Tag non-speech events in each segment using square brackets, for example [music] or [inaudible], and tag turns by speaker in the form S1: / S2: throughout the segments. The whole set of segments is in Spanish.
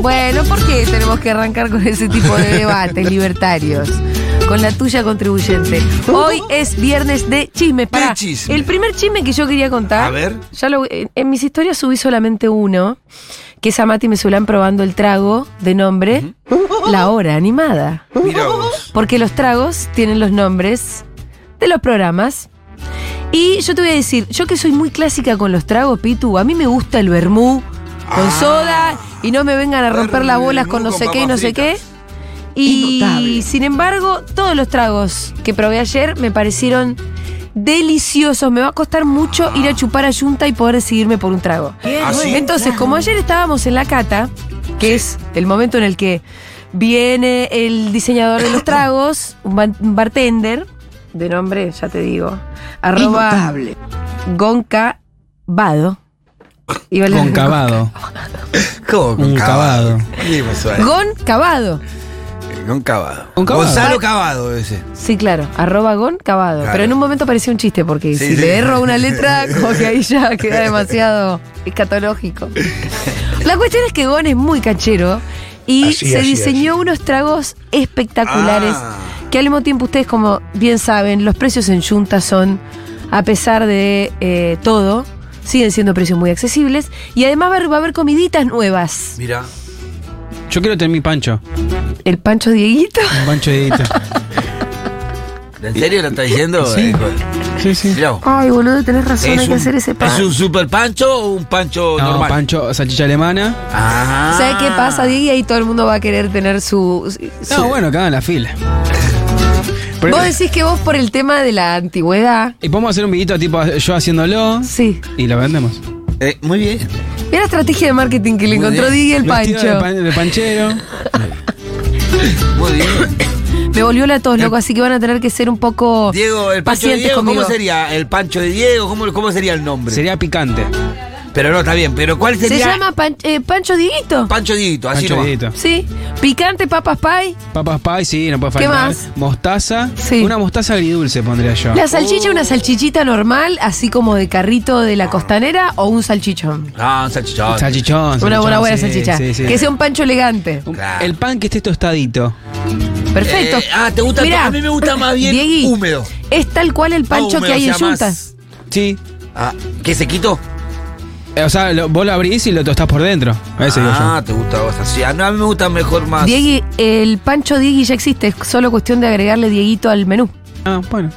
S1: Bueno, ¿por qué tenemos que arrancar con ese tipo de debates libertarios? Con la tuya contribuyente. Hoy es viernes de chisme. Pará,
S2: Uh. De chisme.
S1: El primer chisme que yo quería contar.
S2: A ver.
S1: Ya lo, en, en mis historias subí solamente uno, que es a Mati Mesulán probando el trago de nombre La Hora Animada. [laughs]
S2: Mira vos.
S1: Porque los tragos tienen los nombres de los programas. Y yo te voy a decir, yo que soy muy clásica con los tragos, Pitu, a mí me gusta el vermú con
S2: Ah.
S1: soda y no me vengan a romper las bolas con no
S2: Vermú
S1: sé
S2: con
S1: qué y no
S2: papas
S1: sé qué.
S2: fritas.
S1: Y
S3: Notable.
S1: sin embargo, todos los tragos que probé ayer me parecieron deliciosos. Me va a costar mucho ir a chupar a Yunta y poder decidirme por un trago.
S2: ¿Ah, sí?
S1: Entonces, como ayer estábamos en la cata, que es el momento en el que viene el diseñador de
S2: [coughs]
S1: los tragos, un, ban- un bartender, de nombre, ya te digo, arroba
S3: Innotable.
S1: Goncabado. Iba a leer-
S4: Concavado.
S2: ¿Cómo
S4: Un cavado.
S2: ¿Qué pasó ahí?
S1: Goncabado.
S2: Con cavado.
S4: Con cavado.
S2: Gonzalo Cavado ese.
S1: Sí, claro, arroba Gon Cavado.
S2: Claro.
S1: Pero en un momento parecía un chiste, porque
S2: Sí,
S1: si
S2: sí.
S1: le erro una
S2: [laughs]
S1: letra, como que ahí ya queda demasiado escatológico. La cuestión es que Gon es muy cachero y
S5: Así,
S1: se
S5: así,
S1: diseñó unos tragos espectaculares
S2: Ah.
S1: que al mismo tiempo ustedes, como bien saben, los precios en Junta son, a pesar de eh, todo, siguen siendo precios muy accesibles y además va a haber- va a haber comiditas nuevas.
S2: Mira.
S4: Yo quiero tener mi pancho.
S1: El Pancho Dieguito.
S4: Un pancho de edito.
S1: [laughs]
S2: ¿En serio lo está diciendo?
S4: Sí.
S2: Eh,
S4: Sí, sí.
S2: mirá vos.
S1: Ay, boludo, tenés razón, hay
S2: ¿Es
S1: que
S2: un,
S1: hacer ese
S2: ¿Es
S1: pan.
S2: un super pancho o un pancho
S4: No,
S2: normal?
S4: pancho, salchicha alemana.
S2: Ah.
S1: ¿Sabes qué pasa, Diego? Y ahí todo el mundo va a querer tener su. su-
S4: No, bueno, que hagan la fila. Pero-
S1: Vos decís que vos, por el tema de la antigüedad.
S4: y podemos hacer un videito tipo yo haciéndolo
S1: Sí.
S4: y lo vendemos.
S2: Eh, muy bien.
S1: Mira la estrategia de marketing que le
S2: Muy
S1: encontró
S2: bien.
S1: Diego el
S4: Vestido De,
S1: Pancho.
S4: pan- de panchero.
S1: [coughs]
S2: Muy bien.
S1: Me volvió la tos, loco, así que van a tener que ser un poco.
S2: Diego, el pancho de
S1: pacientes
S2: Diego,
S1: conmigo.
S2: ¿cómo sería? El pancho de Diego, ¿cómo, cómo sería el nombre?
S4: Sería picante.
S2: Pero no, está bien. Pero ¿cuál
S1: Se
S2: sería?
S1: llama Pan- eh, Pancho Dieguito.
S2: Pancho Dieguito, así
S4: pancho
S2: nomás.
S4: de edito.
S1: sí. Picante, papas pie.
S4: Papas pie, sí, no puede
S1: ¿Qué
S4: faltar.
S1: más?
S4: Mostaza.
S1: Sí.
S4: Una mostaza agridulce pondría yo.
S1: La salchicha, una salchichita normal, así como de carrito de la costanera o un salchichón.
S2: Ah, un salchichón.
S4: Salchichón.
S1: Una
S4: salchichón,
S1: buena, buena
S4: sí,
S1: salchicha.
S4: sí, sí.
S1: Que sea un pancho elegante.
S4: Un-
S2: Claro.
S4: El pan que esté tostadito.
S1: Perfecto.
S2: Eh, ah, ¿te gusta?
S1: Mirá,
S2: a mí me gusta más bien
S1: Diegui,
S2: húmedo.
S1: Es tal cual el pancho
S2: Ah, húmedo,
S1: que hay
S2: o
S1: en
S2: sea,
S1: Junta.
S2: más-
S4: Sí.
S2: Ah, ¿Qué se quitó?
S4: Eh, O sea, lo- vos lo abrís y lo tostás por dentro. A ese digo yo.
S2: ah, te gusta vos así. Ah, no, a mí me gusta mejor más.
S1: Diegui, el pancho Diegui ya existe, es solo cuestión de agregarle Dieguito al menú.
S4: Ah, bueno.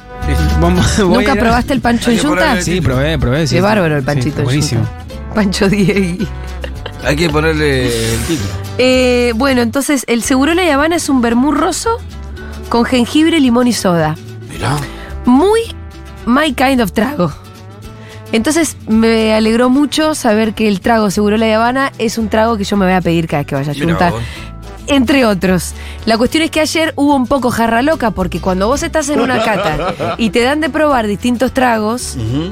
S4: Vamos, [laughs] voy
S1: ¿Nunca
S4: a ir a-
S1: probaste el pancho
S2: Hay
S1: en
S2: que
S1: Junta?
S2: ponerle-
S4: Sí, probé, probé. Sí,
S1: Qué bárbaro el panchito
S4: Sí,
S1: en
S4: buenísimo.
S1: Junta. Pancho Diegui.
S2: Hay que ponerle el título.
S1: Eh, bueno, entonces, el Segurola y Habana es un vermú roso con jengibre, limón y soda.
S2: Mirá.
S1: Muy my kind of trago. Entonces, me alegró mucho saber que el trago Segurola y Habana es un trago que yo me voy a pedir cada vez que vaya a
S2: Mirá
S1: Junta.
S2: vos.
S1: entre otros. La cuestión es que ayer hubo un poco jarra loca, porque cuando vos estás en una cata y te dan de probar distintos tragos,
S2: Ujú.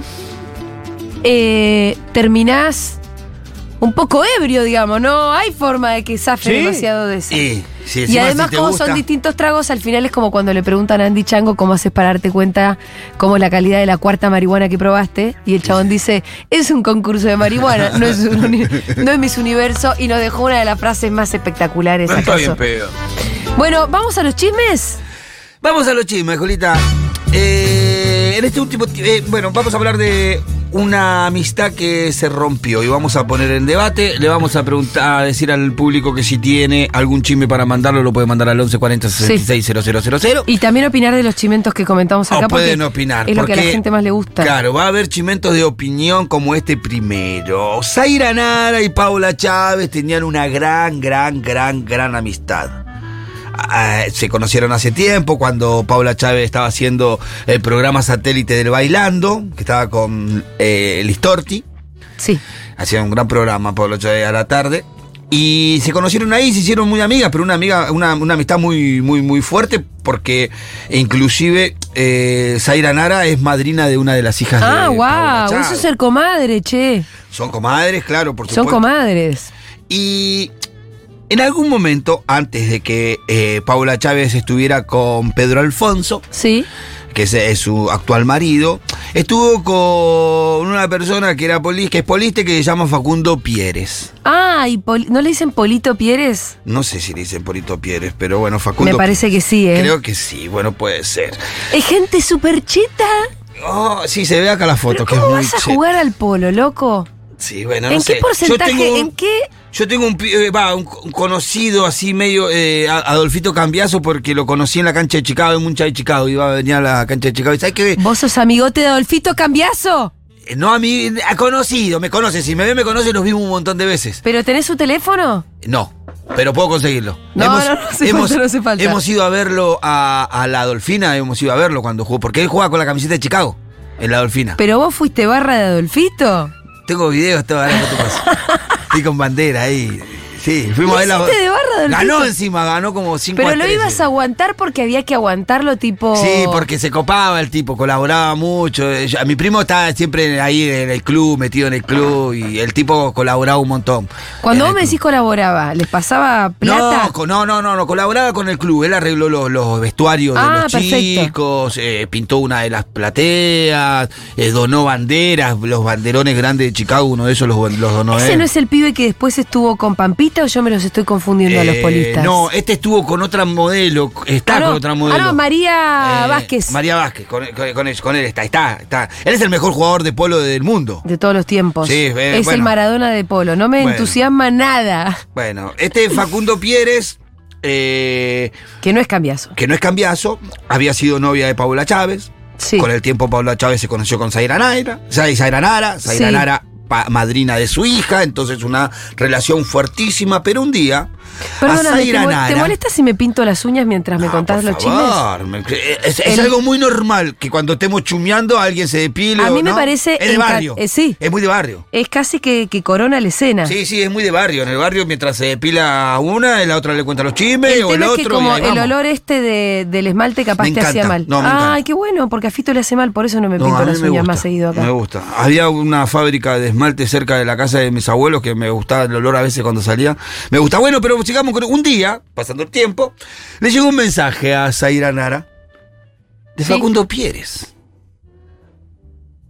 S1: eh, terminás un poco ebrio, digamos, ¿no? Hay forma de que zafe
S5: Sí.
S1: demasiado de eso.
S2: Sí, sí,
S1: y
S2: encima
S1: además,
S2: si te
S1: como
S2: gusta.
S1: son distintos tragos, al final es como cuando le preguntan a Andy Chango cómo haces para darte cuenta cómo es la calidad de la cuarta marihuana que probaste. Y el chabón dice, es un concurso de marihuana, no es, un uni- no es Miss Universo. Y nos dejó una de las frases más espectaculares.
S2: No está
S1: ¿acaso?
S2: bien pedo.
S1: Bueno, vamos a los chismes.
S2: Vamos a los chismes, Julita. Eh, en este último. ti- eh, bueno, vamos a hablar de una amistad que se rompió y vamos a poner en debate. Le vamos a preguntar, a decir al público que si tiene algún chisme para mandarlo, lo puede mandar al 1140 66 000.
S1: Y también opinar de los chimentos que comentamos acá.
S2: O pueden
S1: porque
S2: opinar.
S1: Es lo que a la
S2: porque,
S1: gente más le gusta.
S2: Claro, va a haber chimentos de opinión como este primero. Zaira Nara y Paula Chávez tenían una gran, gran, gran, gran amistad. Ah, se conocieron hace tiempo cuando Paula Chávez estaba haciendo el programa satélite del Bailando, que estaba con eh, Listorti.
S1: Sí.
S2: Hacía un gran programa Pablo Chávez a la tarde. Y se conocieron ahí, se hicieron muy amigas, pero una amiga, una, una amistad muy, muy, muy fuerte, porque inclusive eh, Zaira Nara es madrina de una de las hijas
S1: Ah,
S2: de Paola
S1: guau.
S2: Chávez.
S1: Eso es ser comadre, che.
S2: Son comadres, claro, por
S1: Son
S2: supuesto.
S1: comadres.
S2: Y en algún momento, antes de que eh, Paula Chávez estuviera con Pedro Alfonso,
S1: Sí.
S2: que es, es su actual marido, estuvo con una persona que era poli- que es poliste que se llama Facundo Pieres.
S1: Ah, y Poli- ¿no le dicen Polito Pieres?
S2: No sé si le dicen Polito Pieres, pero bueno, Facundo.
S1: Me parece que sí, ¿eh?
S2: Creo que sí, bueno, puede ser.
S1: Es gente súper cheta.
S2: Oh, sí, se ve acá la foto,
S1: ¿Pero
S2: que es
S1: ¿Cómo
S2: muy
S1: vas a
S2: che-
S1: jugar al polo, loco?
S2: Sí, bueno, no
S1: ¿En
S2: sé.
S1: qué
S2: Yo
S1: porcentaje?
S2: tengo un-
S1: ¿En qué?
S2: Yo tengo un, pi- eh, va, un, co- un conocido así medio, eh, a- Adolfito Cambiazo, porque lo conocí en la cancha de Chicago, en un chavo de Chicago, iba a venir a la cancha de Chicago. ¿Y sabes qué?
S1: ¿Vos sos amigote de Adolfito Cambiazo?
S2: Eh, No a mí, a conocido, me conoce. Si me ven, me conoce, los vimos un montón de veces.
S1: ¿Pero tenés su teléfono?
S2: No, pero puedo conseguirlo.
S1: No, no, no hace falta, no hace falta.
S2: Hemos ido a verlo a, a la Adolfina, hemos ido a verlo cuando jugó, porque él juega con la camiseta de Chicago, en la Adolfina.
S1: ¿Pero vos fuiste barra de Adolfito?
S2: Tengo videos, te voy a dar
S1: [laughs]
S2: foto más. Estoy con bandera ahí. Sí, fuimos
S1: ¿Lo
S2: a ver la.
S1: hiciste de barra, Adolfito?
S2: Ganó encima, ganó como 5
S1: Pero lo ibas a aguantar porque había que aguantarlo tipo...
S2: Sí, porque se copaba el tipo, colaboraba mucho. Eh, yo- Mi primo estaba siempre ahí en el club, metido en el club, y el tipo colaboraba un montón.
S1: Cuando vos
S2: En el
S1: me decís colaboraba, ¿les pasaba plata?
S2: eh, No, co- no, no, no, no, colaboraba con el club. Él arregló los, los vestuarios
S1: Ah,
S2: de los
S1: perfecto.
S2: chicos, eh, pintó una de las plateas, eh, donó banderas, los banderones grandes de Chicago, uno de esos los, los donó
S1: ¿Ese
S2: él.
S1: no es el pibe que después estuvo con Pampita o yo me los estoy confundiendo a los
S2: Eh,
S1: polistas?
S2: No, este estuvo con otra modelo, está
S1: Ah, no.
S2: con otra modelo.
S1: Ah, no, María
S2: Eh,
S1: Vázquez.
S2: María Vázquez, con, con- con él, con él está, está, está. Él es el mejor jugador de polo del mundo.
S1: De todos los tiempos.
S2: Sí, eh,
S1: es el
S2: bueno.
S1: Maradona de Polo. No me
S2: Bueno.
S1: entusiasma nada.
S2: Bueno, este Facundo Pieres, eh,
S1: Que no es cambiazo.
S2: que no es cambiazo, había sido novia de Paula Chávez.
S1: Sí.
S2: Con el tiempo Paula Chávez se conoció con Zaira Naira, Zai- Zaira Nara, Zaira
S1: Sí.
S2: Nara pa- madrina de su hija, entonces una relación fuertísima, pero un día a
S1: Perdóname, ¿te,
S2: Zaira
S1: mol-
S2: Nara
S1: te molesta si me pinto las uñas mientras me
S2: Ah,
S1: contás
S2: por
S1: los chismes?
S2: favor, me- Es, es
S1: El-
S2: algo muy normal que cuando estemos chumeando alguien se depile.
S1: A
S2: o
S1: mí me
S2: no.
S1: parece
S2: Es de
S1: enca-
S2: barrio.
S1: eh, sí. Ah.
S2: Es muy de barrio.
S1: Es casi que, que corona la escena.
S2: Sí, sí, es muy de barrio. En el barrio, mientras se depila una, la otra le cuenta los chismes
S1: El
S2: o el
S1: tema
S2: otro.
S1: es que
S2: y
S1: como
S2: ahí
S1: el
S2: vamos.
S1: olor este de- del esmalte capaz
S2: Me
S1: te hacía
S2: encanta.
S1: mal.
S2: No, me
S1: Ay,
S2: encanta.
S1: qué bueno, porque a Fito le hace mal, por eso no me
S2: No,
S1: pinto
S2: a mí
S1: las
S2: me
S1: uñas
S2: gusta,
S1: más seguido acá.
S2: Me gusta. Había una fábrica de esmalte cerca de la casa de mis abuelos que me gustaba el olor a veces cuando salía. Me gusta. Bueno, pero sigamos con. Un día, pasando el tiempo, le llegó un mensaje a Zaira Nara de
S1: Sí.
S2: Facundo Pieres,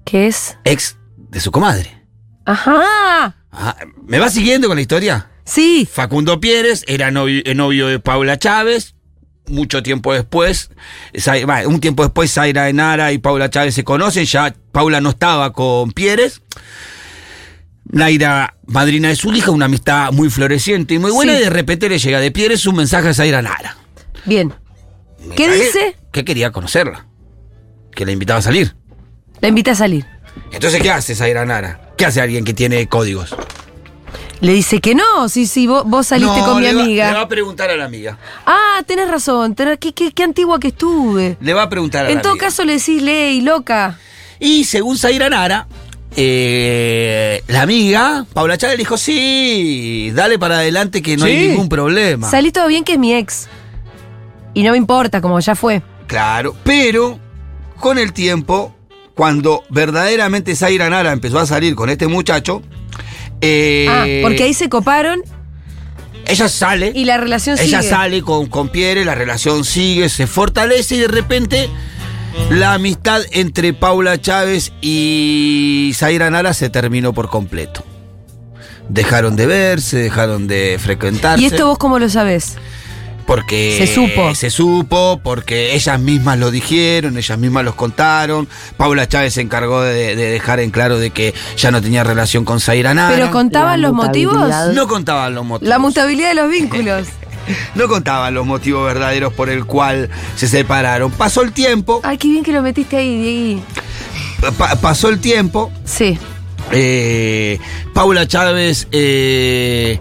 S1: ¿Qué es?
S2: ex de su comadre.
S1: ¡Ajá!
S2: Ah, ¿Me va siguiendo con la historia?
S1: Sí.
S2: Facundo Pieres era novio, eh, novio de Paula Chávez. Mucho tiempo después, Zai- va, un tiempo después, Zaira Enara y Paula Chávez se conocen. Ya Paula no estaba con Pieres. Naira, madrina de su hija, una amistad muy floreciente y muy buena.
S1: Sí.
S2: Y de repente le llega de Pieres un mensaje a Zaira Nara.
S1: Bien. ¿Qué dice?
S2: Que quería conocerla. Que la invitaba a salir.
S1: La invita a salir.
S2: Entonces, ¿qué hace Zaira Nara? ¿Qué hace alguien que tiene códigos?
S1: Le dice que no, sí, sí, vos, vos saliste
S2: No,
S1: con mi
S2: le va-
S1: amiga.
S2: le va a preguntar a la amiga.
S1: Ah, tenés razón, tenés- qué, qué- qué antigua que estuve.
S2: Le va a preguntar a
S1: En
S2: la
S1: todo
S2: amiga.
S1: caso le decís ley, loca.
S2: Y según Zaira Nara, eh, la amiga, Paula Chávez, le dijo, sí, dale para adelante que no hay
S4: Sí.
S2: ningún problema.
S1: Salí todo bien que es mi ex. Y no me importa, como ya fue.
S2: claro, pero con el tiempo, cuando verdaderamente Zaira Nara empezó a salir con este muchacho, eh,
S1: ah, porque ahí se coparon
S2: ella sale.
S1: y la relación
S2: Ella
S1: sigue.
S2: sale con, con Pierre, la relación sigue, se fortalece y de repente la amistad entre Paula Chávez y Zaira Nara se terminó por completo. Dejaron de verse, dejaron de frecuentarse.
S1: ¿Y esto vos cómo lo sabés?
S2: Porque
S1: Se supo.
S2: Se supo, porque ellas mismas lo dijeron, ellas mismas los contaron. Paula Chávez se encargó de, de dejar en claro de que ya no tenía relación con Zaira Nara.
S1: ¿Pero contaban
S3: La
S1: los motivos?
S3: mutabilidad.
S2: Ah, no contaban los motivos.
S1: La mutabilidad de los
S2: [laughs]
S1: vínculos.
S2: No contaban los motivos verdaderos por el cual se separaron. Pasó el tiempo,
S1: Ay, qué bien que lo metiste ahí, Diegui.
S2: pa- pasó el tiempo.
S1: Sí.
S2: eh, Paula Chávez eh,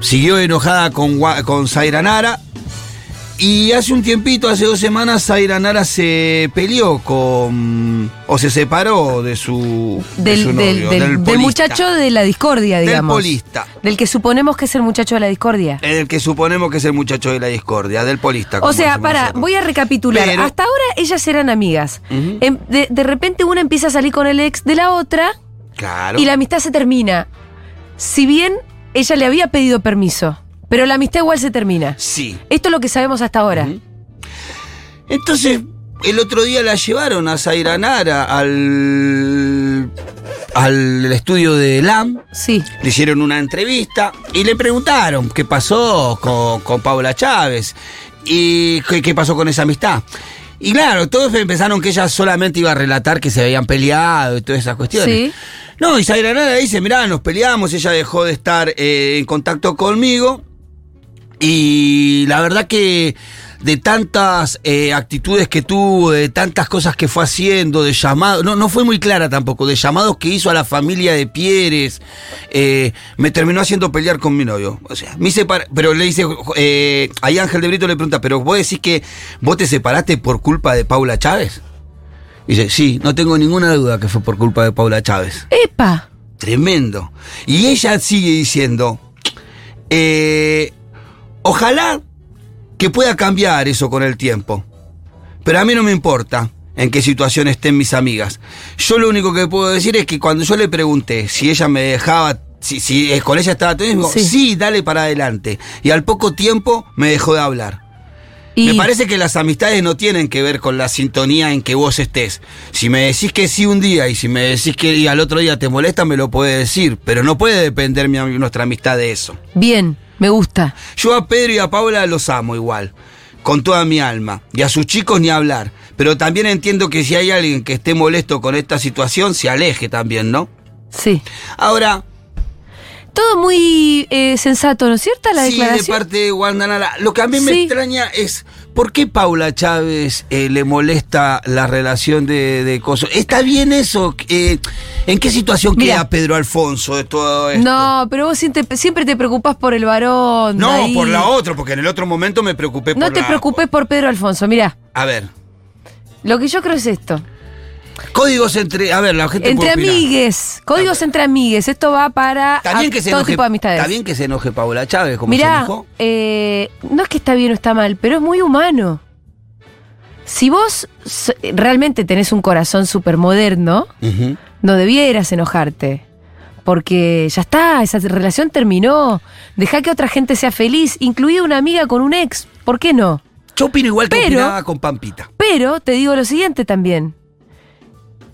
S2: siguió enojada con, Gua- con Zaira Nara. Y hace un tiempito, hace dos semanas, Zaira Nara se peleó con. o se separó de su. de
S1: Del,
S2: su
S1: del-
S2: novio,
S1: del- del
S2: polista.
S1: muchacho de la discordia,
S2: Del
S1: digamos.
S2: polista.
S1: Del que suponemos que es el muchacho de la discordia.
S2: El que suponemos que es el muchacho de la discordia, del polista.
S1: O
S2: como
S1: sea,
S2: decimos
S1: para,
S2: nosotros.
S1: voy a recapitular.
S2: Pero-
S1: Hasta ahora ellas eran amigas. Em- de, de repente una empieza a salir con el ex de la otra
S2: Claro.
S1: y la amistad se termina. Si bien ella le había pedido permiso, pero la amistad igual se termina.
S2: Sí.
S1: Esto es lo que sabemos hasta ahora.
S2: Entonces, El otro día la llevaron a Zaira Nara al, al estudio de LAM.
S1: Sí.
S2: Le hicieron una entrevista y le preguntaron qué pasó con, con Paula Chávez y qué, qué pasó con esa amistad. Y claro, todos empezaron que ella solamente iba a relatar que se habían peleado y todas esas cuestiones.
S1: Sí.
S2: No, y Zaira Nara dice, mirá, nos peleamos, ella dejó de estar eh, en contacto conmigo. Y la verdad que de tantas eh, actitudes que tuvo, de tantas cosas que fue haciendo, de llamados, no, no fue muy clara tampoco, de llamados que hizo a la familia de Pieres, eh, me terminó haciendo pelear con mi novio. O sea, me separ- pero le dice, eh, ahí Ángel de Brito le pregunta, pero vos decís que vos te separaste por culpa de Paula Chávez. Y dice, sí, no tengo ninguna duda que fue por culpa de Paula Chávez.
S1: ¡Epa!
S2: Tremendo. Y ella sigue diciendo, eh, ojalá que pueda cambiar eso con el tiempo. Pero a mí no me importa en qué situación estén mis amigas. Yo lo único que puedo decir es que cuando yo le pregunté si ella me dejaba, si, si eh, con ella estaba todo mismo,
S1: Sí.
S2: sí, dale para adelante. Y al poco tiempo me dejó de hablar.
S1: Y
S2: Me parece que las amistades no tienen que ver con la sintonía en que vos estés. Si me decís que sí un día y si me decís que y al otro día te molesta, me lo puede decir, pero no puede depender mi am- nuestra amistad de eso.
S1: bien, me gusta.
S2: Yo a Pedro y a Paula los amo igual, con toda mi alma, y a sus chicos ni hablar, pero también entiendo que si hay alguien que esté molesto con esta situación, se aleje también, ¿no?
S1: Sí.
S2: Ahora,
S1: Todo muy eh, sensato, ¿no es cierto? La
S2: sí, de
S1: declaración.
S2: parte de Guandanara. Lo que a mí me
S1: Sí.
S2: extraña es por qué Paula Chávez eh, le molesta la relación de, de Coso. ¿Está bien eso? Eh, ¿En qué situación
S1: Mirá.
S2: queda Pedro Alfonso de todo esto?
S1: no, pero vos siente- siempre te preocupás por el varón.
S2: No,
S1: ahí.
S2: por la otra, porque en el otro momento me preocupé por
S1: No te
S2: la-
S1: preocupes por Pedro Alfonso. Mirá,
S2: A ver,
S1: lo que yo creo es esto.
S2: códigos entre. A ver, la gente.
S1: Entre
S2: puede opinar.
S1: amigues, códigos entre amigues. Esto va para
S2: Está bien
S1: a-
S2: que se
S1: todo
S2: enoje.
S1: tipo de amistades.
S2: Está bien que se enoje Paula Chávez, como se
S1: Mirá,
S2: enojó.
S1: eh, no es que está bien o está mal, pero es muy humano. Si vos s- realmente tenés un corazón súper moderno,
S2: Ujú.
S1: no debieras enojarte. Porque ya está, esa relación terminó. Deja que otra gente sea feliz, incluida una amiga con un ex. ¿Por qué no?
S2: Yo opino igual que
S1: Pero-
S2: opinaba con Pampita.
S1: Pero te digo lo siguiente también.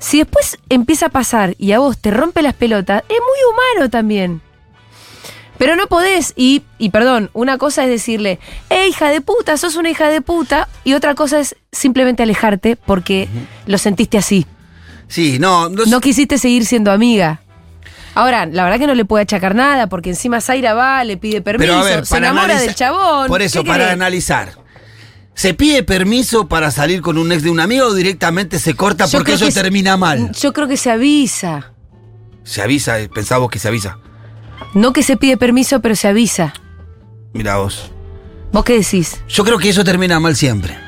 S1: Si después empieza a pasar y a vos te rompe las pelotas, es muy humano también. Pero no podés, y, y perdón, una cosa es decirle, eh, hija de puta, sos una hija de puta, y otra cosa es simplemente alejarte porque lo sentiste así.
S2: Sí, no, no,
S1: No quisiste seguir siendo amiga. Ahora, la verdad que no le puede achacar nada, porque encima Zaira va, le pide permiso,
S2: Pero a ver,
S1: se
S2: para
S1: enamora
S2: analiza-
S1: del chabón.
S2: Por eso,
S1: ¿qué
S2: para
S1: querés?
S2: analizar. ¿Se pide permiso para salir con un ex de un amigo o directamente se corta
S1: Yo
S2: porque
S1: creo
S2: eso
S1: que se-
S2: termina mal?
S1: Yo creo que se avisa.
S2: Se avisa, eh, pensá vos que se avisa.
S1: No que se pide permiso, pero se avisa.
S2: Mira vos.
S1: ¿Vos qué decís?
S2: Yo creo que eso termina mal siempre.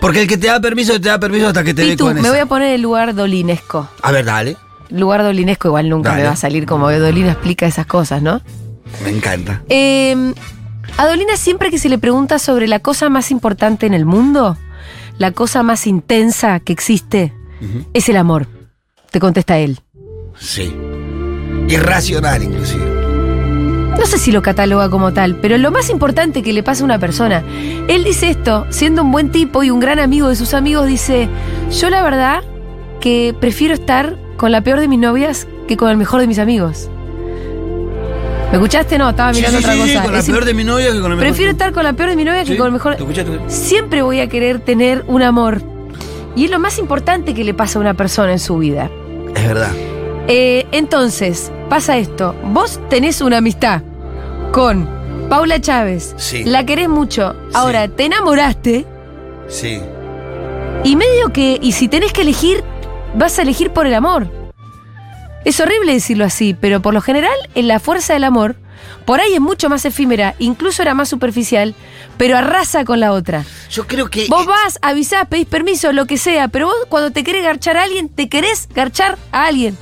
S2: Porque el que te da permiso, te da permiso hasta que te dé
S1: Pitu,
S2: con
S1: me
S2: esa.
S1: voy a poner el lugar dolinesco.
S2: A ver, dale.
S1: Lugar dolinesco igual nunca
S2: Dale.
S1: me va a salir como Dolina explica esas cosas, ¿no?
S2: Me encanta.
S1: Eh, a Dolina siempre que se le pregunta sobre la cosa más importante en el mundo, la cosa más intensa que existe, es el amor. Te contesta él.
S2: Sí. Irracional, inclusive.
S1: No sé si lo cataloga como tal, pero lo más importante que le pasa a una persona. Él dice esto, siendo un buen tipo y un gran amigo de sus amigos, dice, yo la verdad que prefiero estar con la peor de mis novias que con el mejor de mis amigos. ¿Me escuchaste? No, estaba mirando
S2: Sí, sí,
S1: otra
S2: sí, sí,
S1: cosa.
S2: con la
S1: Ah, Es
S2: peor de mi novia que con el mejor.
S1: Prefiero estar con la peor de mi novia
S2: Sí,
S1: que con el mejor.
S2: ¿Te escuchaste?
S1: Siempre voy a querer tener un amor. Y es lo más importante que le pasa a una persona en su vida.
S2: Es verdad.
S1: Eh, entonces, pasa esto. Vos tenés una amistad con Paula Chávez.
S2: Sí.
S1: La querés mucho. Ahora, te enamoraste
S2: Sí.
S1: y medio que... Y si tenés que elegir, vas a elegir por el amor. Es horrible decirlo así, pero por lo general, en la fuerza del amor, por ahí es mucho más efímera, incluso era más superficial, pero arrasa con la otra.
S2: Yo creo que. eh,
S1: Vos vas, avisás, pedís permiso, lo que sea, pero vos cuando te querés garchar a alguien, te querés garchar a alguien.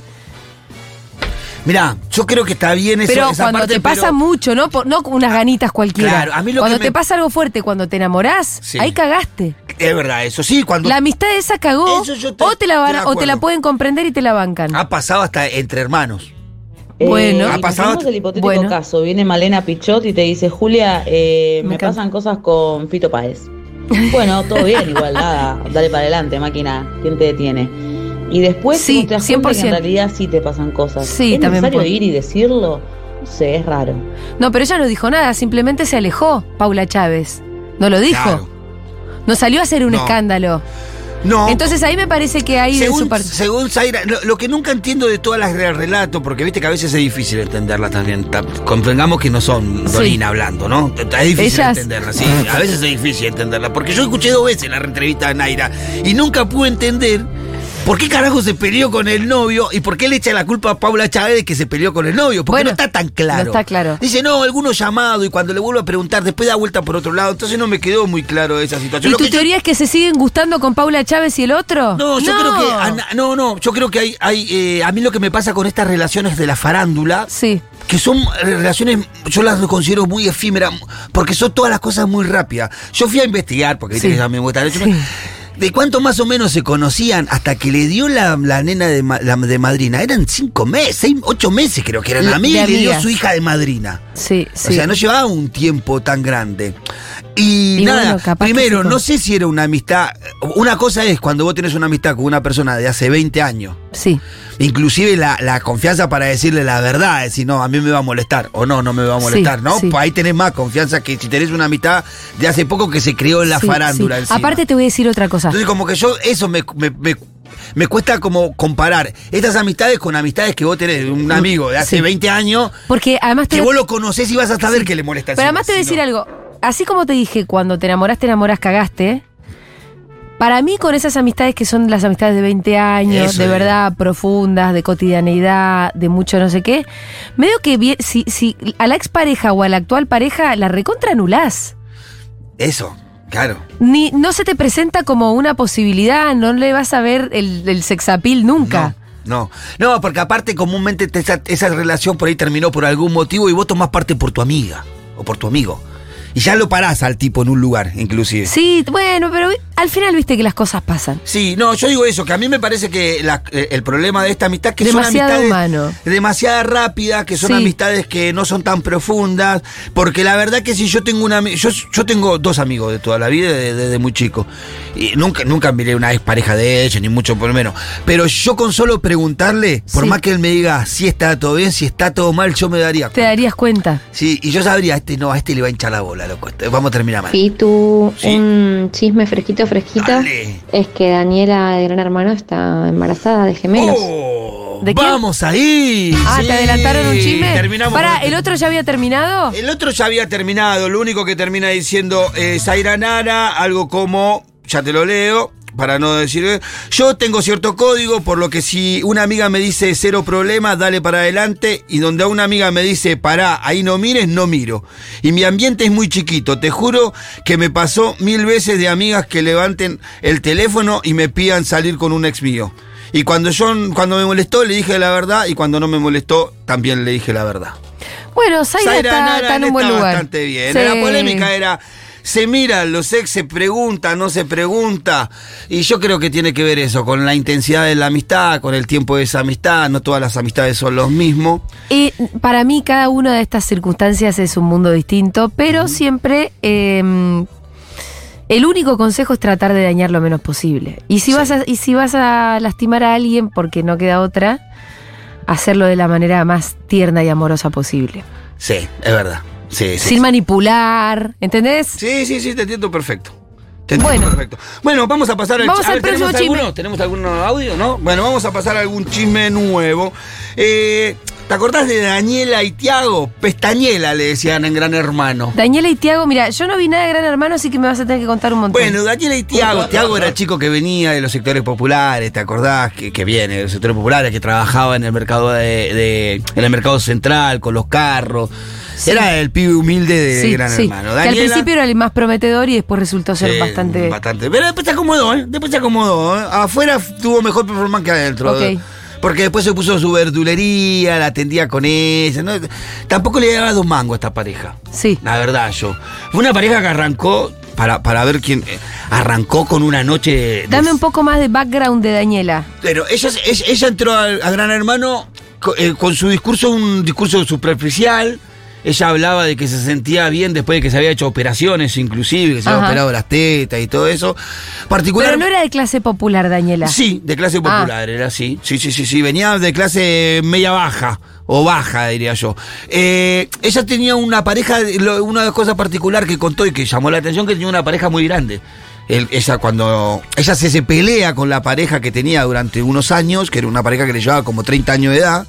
S2: Mirá, yo creo que está bien eso,
S1: pero
S2: esa
S1: cuando
S2: parte,
S1: te pasa
S2: pero-
S1: mucho, ¿no? Por- no con unas ganitas cualquiera.
S2: Claro, a mí lo
S1: cuando
S2: que
S1: te
S2: me-
S1: pasa algo fuerte, cuando te enamorás,
S2: Sí.
S1: ahí cagaste.
S2: Es verdad, eso sí, cuando
S1: La amistad esa cagó.
S2: Eso yo te-
S1: o, te la van-
S2: estoy de
S1: o te la
S2: acuerdo. Ah.
S1: pueden comprender y te la bancan.
S2: ha pasado hasta entre hermanos.
S1: Bueno.
S2: Eh, Ha
S3: ha
S2: pasado-
S3: pasado el hipotético
S1: Bueno.
S3: caso. Viene Malena Pichot y te dice, Julia, eh,
S1: Me
S3: me,
S1: encanta.
S3: pasan cosas con Fito Páez. Bueno, todo bien, igual, nada. Dale para adelante, máquina. ¿Quién te detiene? Y después
S1: Sí,
S3: vos te das cuenta que
S1: 100%.
S3: en realidad sí te pasan cosas.
S1: Sí,
S3: ¿Es
S1: también
S3: necesario
S1: puede-
S3: ir y decirlo? No sé, es raro.
S1: No, pero ella no dijo nada, simplemente se alejó Paula Chávez. No lo dijo.
S2: Claro.
S1: No salió a hacer un
S2: No.
S1: escándalo.
S2: No.
S1: Entonces ahí me parece que hay de
S2: según,
S1: su parte.
S2: según Zaira, lo, lo que nunca entiendo de todas las del relato, porque viste que a veces es difícil entenderlas también. ta- Convengamos que no son
S1: Sí.
S2: Dolina hablando, ¿no? Es difícil
S1: Ellas-
S2: entenderlas, sí. A veces es difícil entenderlas. Porque yo escuché dos veces la entrevista de Naira y nunca pude entender. ¿Por qué carajo se peleó con el novio? ¿Y por qué le echa la culpa a Paula Chávez de que se peleó con el novio? Porque
S1: Bueno,
S2: no está tan claro.
S1: no está claro.
S2: Dice, no, alguno llamado y cuando le vuelvo a preguntar, después da vuelta por otro lado. Entonces no me quedó muy claro esa situación.
S1: ¿Y
S2: Lo
S1: tu
S2: que yo-
S1: teoría es que se siguen gustando con Paula Chávez y el otro?
S2: no, yo creo que. a na- no, no, yo creo que hay. hay eh, a mí lo que me pasa con estas relaciones de la farándula.
S1: Sí.
S2: Que son eh, relaciones, yo las considero muy efímeras, porque son todas las cosas muy rápidas. Yo fui a investigar, porque viste
S1: Sí.
S2: que ya me gusta. yo me-
S1: Sí.
S2: De cuánto más o menos se conocían hasta que le dio la, la nena de, ma- la de madrina. Eran cinco meses, seis, ocho meses creo que eran.
S1: De
S2: A mí le dio
S1: amigas.
S2: su hija de madrina.
S1: Sí, sí.
S2: O sea, no llevaba un tiempo tan grande. Y,
S1: Y
S2: nada,
S1: bueno, capaz que
S2: primero,
S1: sí, con-
S2: no sé si era una amistad. Una cosa es cuando vos tenés una amistad con una persona de hace 20 años.
S1: Sí.
S2: Inclusive la, la confianza para decirle la verdad, decir, no, a mí me va a molestar o no, no me va a molestar,
S1: Sí,
S2: ¿no?
S1: sí.
S2: Pues ahí tenés más confianza que si tenés una amistad de hace poco que se creó en la
S1: sí,
S2: farándula.
S1: sí.
S2: encima.
S1: Aparte te voy a decir otra cosa.
S2: Entonces como que yo, eso me, me- me- me cuesta como comparar estas amistades con amistades que vos tenés, un amigo de hace
S1: Mm, Sí.
S2: 20 años,
S1: Porque además te...
S2: que vos lo conocés y vas a saber que le molesta.
S1: Pero además te voy a decir
S2: algo
S1: algo. Así como te dije, cuando te enamoras, te enamoras, cagaste. Para mí, con esas amistades que son las amistades de 20 años,
S2: Eso
S1: de
S2: digo.
S1: verdad profundas, de cotidianeidad, de mucho no sé qué, medio que bien- si, si a la expareja o a la actual pareja la recontra anulás.
S2: Eso, claro.
S1: Ni, no se te presenta como una posibilidad, no le vas a ver el, el sexapil nunca.
S2: No, no, no, porque aparte comúnmente te- esa, esa relación por ahí terminó por algún motivo y vos tomás parte por tu amiga o por tu amigo. Y ya lo parás al tipo en un lugar, inclusive.
S1: Sí, bueno, pero vi- al final viste que las cosas pasan.
S2: Sí, no, yo digo eso, que a mí me parece que la- eh, el problema de esta amistad que
S1: Demasiado
S2: son amistades
S1: humano.
S2: demasiado rápidas, que son
S1: Sí.
S2: amistades que no son tan profundas, porque la verdad que si yo tengo una yo, yo tengo dos amigos de toda la vida de- desde muy chico. Y nunca nunca miré una expareja pareja de ellos ni mucho por lo menos, pero yo con solo preguntarle, por
S1: Sí.
S2: más que él me diga si está todo bien, si está todo mal, yo me daría.
S1: Te darías cuenta.
S2: Sí, y yo sabría, este no, a este le va a hinchar la bola, loco. este- Vamos a terminar mal.
S5: Pitu,
S2: Sí.
S5: un chisme fresquito, fresquita.
S2: Dale.
S5: Es que Daniela de Gran Hermano está embarazada de gemelos.
S2: Oh,
S1: ¿De quién?
S2: vamos ahí.
S1: Ah,
S2: Sí,
S1: te adelantaron un chisme.
S2: Terminamos
S1: Para,
S2: con-
S1: ¿el otro ya había terminado?
S2: El otro ya había terminado, lo único que termina diciendo eh, Zaira Nara, algo como, ya te lo leo, para no decir, eh, yo tengo cierto código, por lo que si una amiga me dice cero problemas, dale para adelante, y donde a una amiga me dice, pará, ahí no mires, no miro. Y mi ambiente es muy chiquito, te juro que me pasó mil veces de amigas que levanten el teléfono y me pidan salir con un ex mío. Y cuando yo, cuando me molestó, le dije la verdad, y cuando no me molestó, también le dije la verdad.
S1: Bueno, Zaira,
S2: Zaira
S1: está,
S2: Nara
S1: está en
S2: le
S1: un buen
S2: está
S1: lugar.
S2: bastante bien.
S1: Sí.
S2: La polémica eh. era, se mira, los ex se pregunta, no se pregunta. Y yo creo que tiene que ver eso, con la intensidad de la amistad, con el tiempo de esa amistad. No todas las amistades son los mismos.
S1: Y para mí, cada una de estas circunstancias es un mundo distinto, pero siempre eh, el único consejo es tratar de dañar lo menos posible. Y si, vas a, y si vas a lastimar a alguien porque no queda otra, hacerlo de la manera más tierna y amorosa posible.
S2: Sí, es verdad. Sí, sí.
S1: Sin manipular, ¿entendés?
S2: Sí, sí, sí, te entiendo perfecto. Te entiendo
S1: Bueno.
S2: perfecto. Bueno, vamos a pasar al,
S1: Vamos
S2: a
S1: al
S2: ver,
S1: próximo
S2: ¿tenemos
S1: chisme.
S2: Alguno, ¿Tenemos algún audio, no? Bueno, vamos a pasar a algún chisme nuevo. Eh, ¿Te acordás de Daniela y Tiago? Pestañela le decían en Gran Hermano.
S1: Daniela y Tiago, mira, yo no vi nada de Gran Hermano, así que me vas a tener que contar un montón.
S2: Bueno, Daniela y Tiago. Tiago era el chico que venía de los sectores populares, ¿te acordás? Que, que viene de los sectores populares, que trabajaba en el mercado de, de- en el mercado central, con los carros. Era el pibe humilde de
S1: Sí,
S2: Gran
S1: sí. Que
S2: Hermano.
S1: al
S2: Daniela-
S1: principio era el más prometedor y después resultó ser
S2: Sí,
S1: bastante...
S2: Pero después se acomodó, ¿eh? Después se acomodó. ¿eh? Afuera f- tuvo mejor performance que adentro.
S1: Ok.
S2: ¿eh? Porque después se puso su verdulería, la atendía con ella. ¿no? Tampoco le daba dos mangos a esta pareja.
S1: Sí.
S2: La verdad, yo. Fue una pareja que arrancó, para, para ver quién. eh, Arrancó con una noche. de-
S1: Dame un poco más de background de Daniela.
S2: Pero ella, ella, ella entró al- a, Gran Hermano co- eh, con, su discurso, un discurso superficial. Ella hablaba de que se sentía bien después de que se había hecho operaciones, inclusive, que se había
S1: Ajá.
S2: operado las tetas y todo eso. Particular,
S1: Pero no era de clase popular, Daniela.
S2: Sí, de clase popular, era así. Sí, sí, sí, sí. Venía de clase media baja. O baja, diría yo. Eh, ella tenía una pareja, lo- una cosa particular que contó y que llamó la atención, que tenía una pareja muy grande. El- ella cuando ella se, se pelea con la pareja que tenía durante unos años, que era una pareja que le llevaba como 30 años de edad,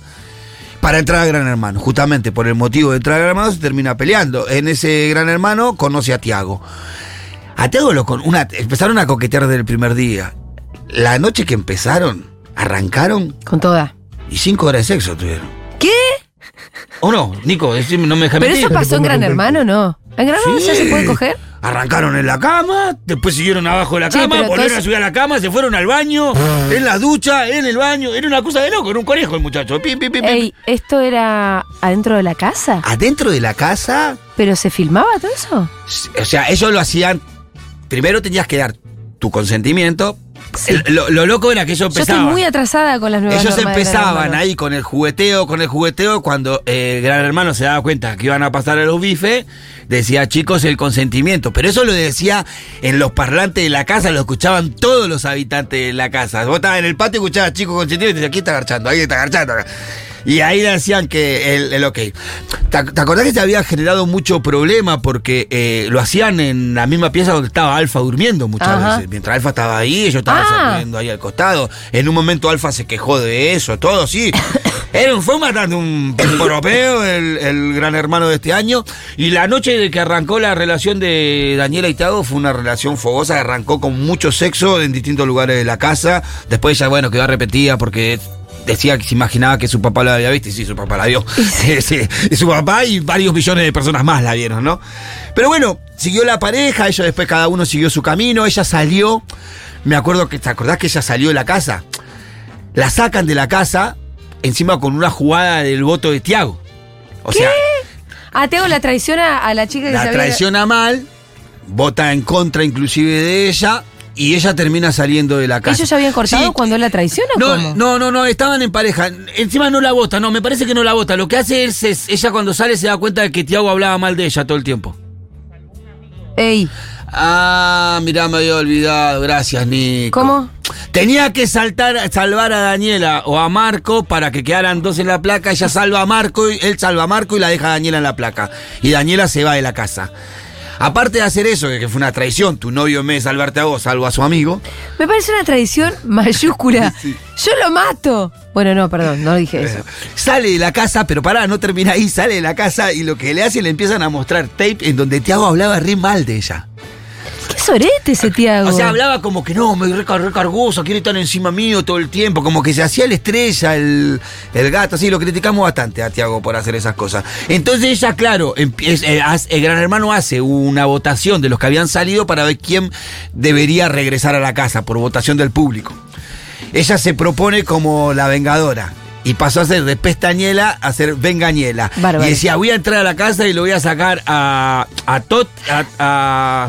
S2: para entrar a Gran Hermano. Justamente por el motivo de entrar a Gran Hermano se termina peleando. En ese Gran Hermano conoce a Tiago. A Tiago lo con una, empezaron a coquetear desde el primer día. La noche que empezaron, arrancaron
S1: Con toda.
S2: y cinco horas de sexo tuvieron.
S1: ¿Qué?
S2: ¿O no? Nico, decime, no me dejas
S1: Pero eso pasó en Gran Hermano, ¿no? ¿En Gran Hermano ya se puede coger?
S2: Arrancaron en la cama, después siguieron abajo de la
S1: Sí,
S2: cama,
S1: pero
S2: volvieron
S1: todos-
S2: a subir a la cama, se fueron al baño, en la ducha, en el baño. Era una cosa de loco, era un conejo el muchacho. Pim, pim, pim, pim.
S1: Ey, ¿esto era adentro de la casa?
S2: Adentro de la casa
S1: ¿Pero se filmaba todo eso?
S2: O sea, ellos lo hacían. Primero tenías que dar tu consentimiento. El- lo, lo loco era que ellos
S1: Yo estoy
S2: empezaban.
S1: muy atrasada con las nuevas
S2: ellos
S1: normas de Gran
S2: empezaban
S1: Hermano.
S2: ahí con el jugueteo, con el jugueteo. Cuando eh, el gran hermano se daba cuenta que iban a pasar a los bifes, decía, chicos, el consentimiento. Pero eso lo decía en los parlantes de la casa, lo escuchaban todos los habitantes de la casa. Vos estabas en el patio y escuchabas, chicos, consentimiento. Y decías, ¿quién está garchando? Ahí está garchando. Y ahí le decían que el, el ok. ¿Te, ac- te acordás que se había generado mucho problema porque eh, lo hacían en la misma pieza donde estaba Alfa durmiendo muchas
S1: Ajá.
S2: veces? Mientras Alfa estaba ahí, ellos estaban
S1: Ah.
S2: durmiendo ahí al costado. En un momento Alfa se quejó de eso, todo, [coughs] sí. Era un, fue matando un europeo, el, el gran hermano de este año. Y la noche de que arrancó la relación de Daniela y Tago fue una relación fogosa, arrancó con mucho sexo en distintos lugares de la casa. Después ya, bueno, quedó arrepentida porque decía que se imaginaba que su papá la había visto y sí, su papá la vio. [laughs] Sí, sí. Y su papá y varios millones de personas más la vieron, ¿no? Pero bueno, siguió la pareja, ellos después cada uno siguió su camino, ella salió. Me acuerdo que, ¿te acordás que ella salió de la casa? La sacan de la casa, encima con una jugada del voto de Tiago. O sea,
S1: Ah, Teo la traiciona a la chica que se
S2: la
S1: había-
S2: traiciona mal, vota en contra inclusive de ella, y ella termina saliendo de la casa.
S1: ¿Ellos ya habían cortado
S2: Sí,
S1: cuando él la traiciona o
S2: no,
S1: cómo?
S2: no, no, no, estaban en pareja. Encima no la vota, no, me parece que no la vota. Lo que hace es, es- ella cuando sale se da cuenta de que Tiago hablaba mal de ella todo el tiempo.
S1: Ey,
S2: Ah, mirá, me había olvidado. Gracias, Nico.
S1: ¿cómo?
S2: Tenía que saltar, salvar a Daniela o a Marco para que quedaran dos en la placa. Ella salva a Marco, y él salva a Marco y la deja a Daniela en la placa. Y Daniela se va de la casa. Aparte de hacer eso, que fue una traición, tu novio en vez de salvarte a vos, salvo a su amigo.
S1: Me parece una traición [laughs] mayúscula. Yo lo mato. Bueno, no, perdón, no
S2: Eh.
S1: dije eso.
S2: Sale de la casa, pero pará, no termina ahí, sale de la casa y lo que le hace le empiezan a mostrar tape en donde Tiago hablaba re mal de ella.
S1: Qué sorete ese Tiago.
S2: O sea, hablaba como que no, me recar recargoso, quiere estar encima mío todo el tiempo, como que se hacía la estrella, el, el gato, así, lo criticamos bastante a Tiago por hacer esas cosas. Entonces ella, claro, empieza- eh, hace- el gran hermano hace una votación de los que habían salido para ver quién debería regresar a la casa por votación del público. Ella se propone como la vengadora. Y pasó a ser de Pestañela a ser Vengañela.
S1: Bárbaro.
S2: Y decía, voy a entrar a la casa y lo voy a sacar a, a Tot, a- a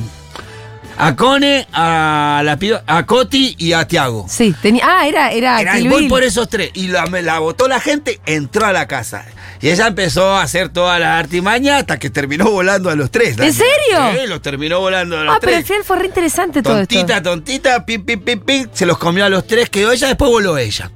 S2: a Cone, a la piba- a Coti y a Tiago.
S1: Sí, tenía. Ah, era, era,
S2: Era,
S1: Kill
S2: voy
S1: Bill.
S2: por esos tres. Y la, me la votó la gente, entró a la casa. Y ella empezó a hacer todas las artimañas hasta que terminó volando a los tres. Dani.
S1: serio?
S2: Sí, los terminó volando a los
S1: Ah, pero
S2: tres.
S1: al final fue re interesante todo esto.
S2: Tontita, tontita, pim, pim, pim, pim. Se los comió a los tres, quedó ella, después voló ella.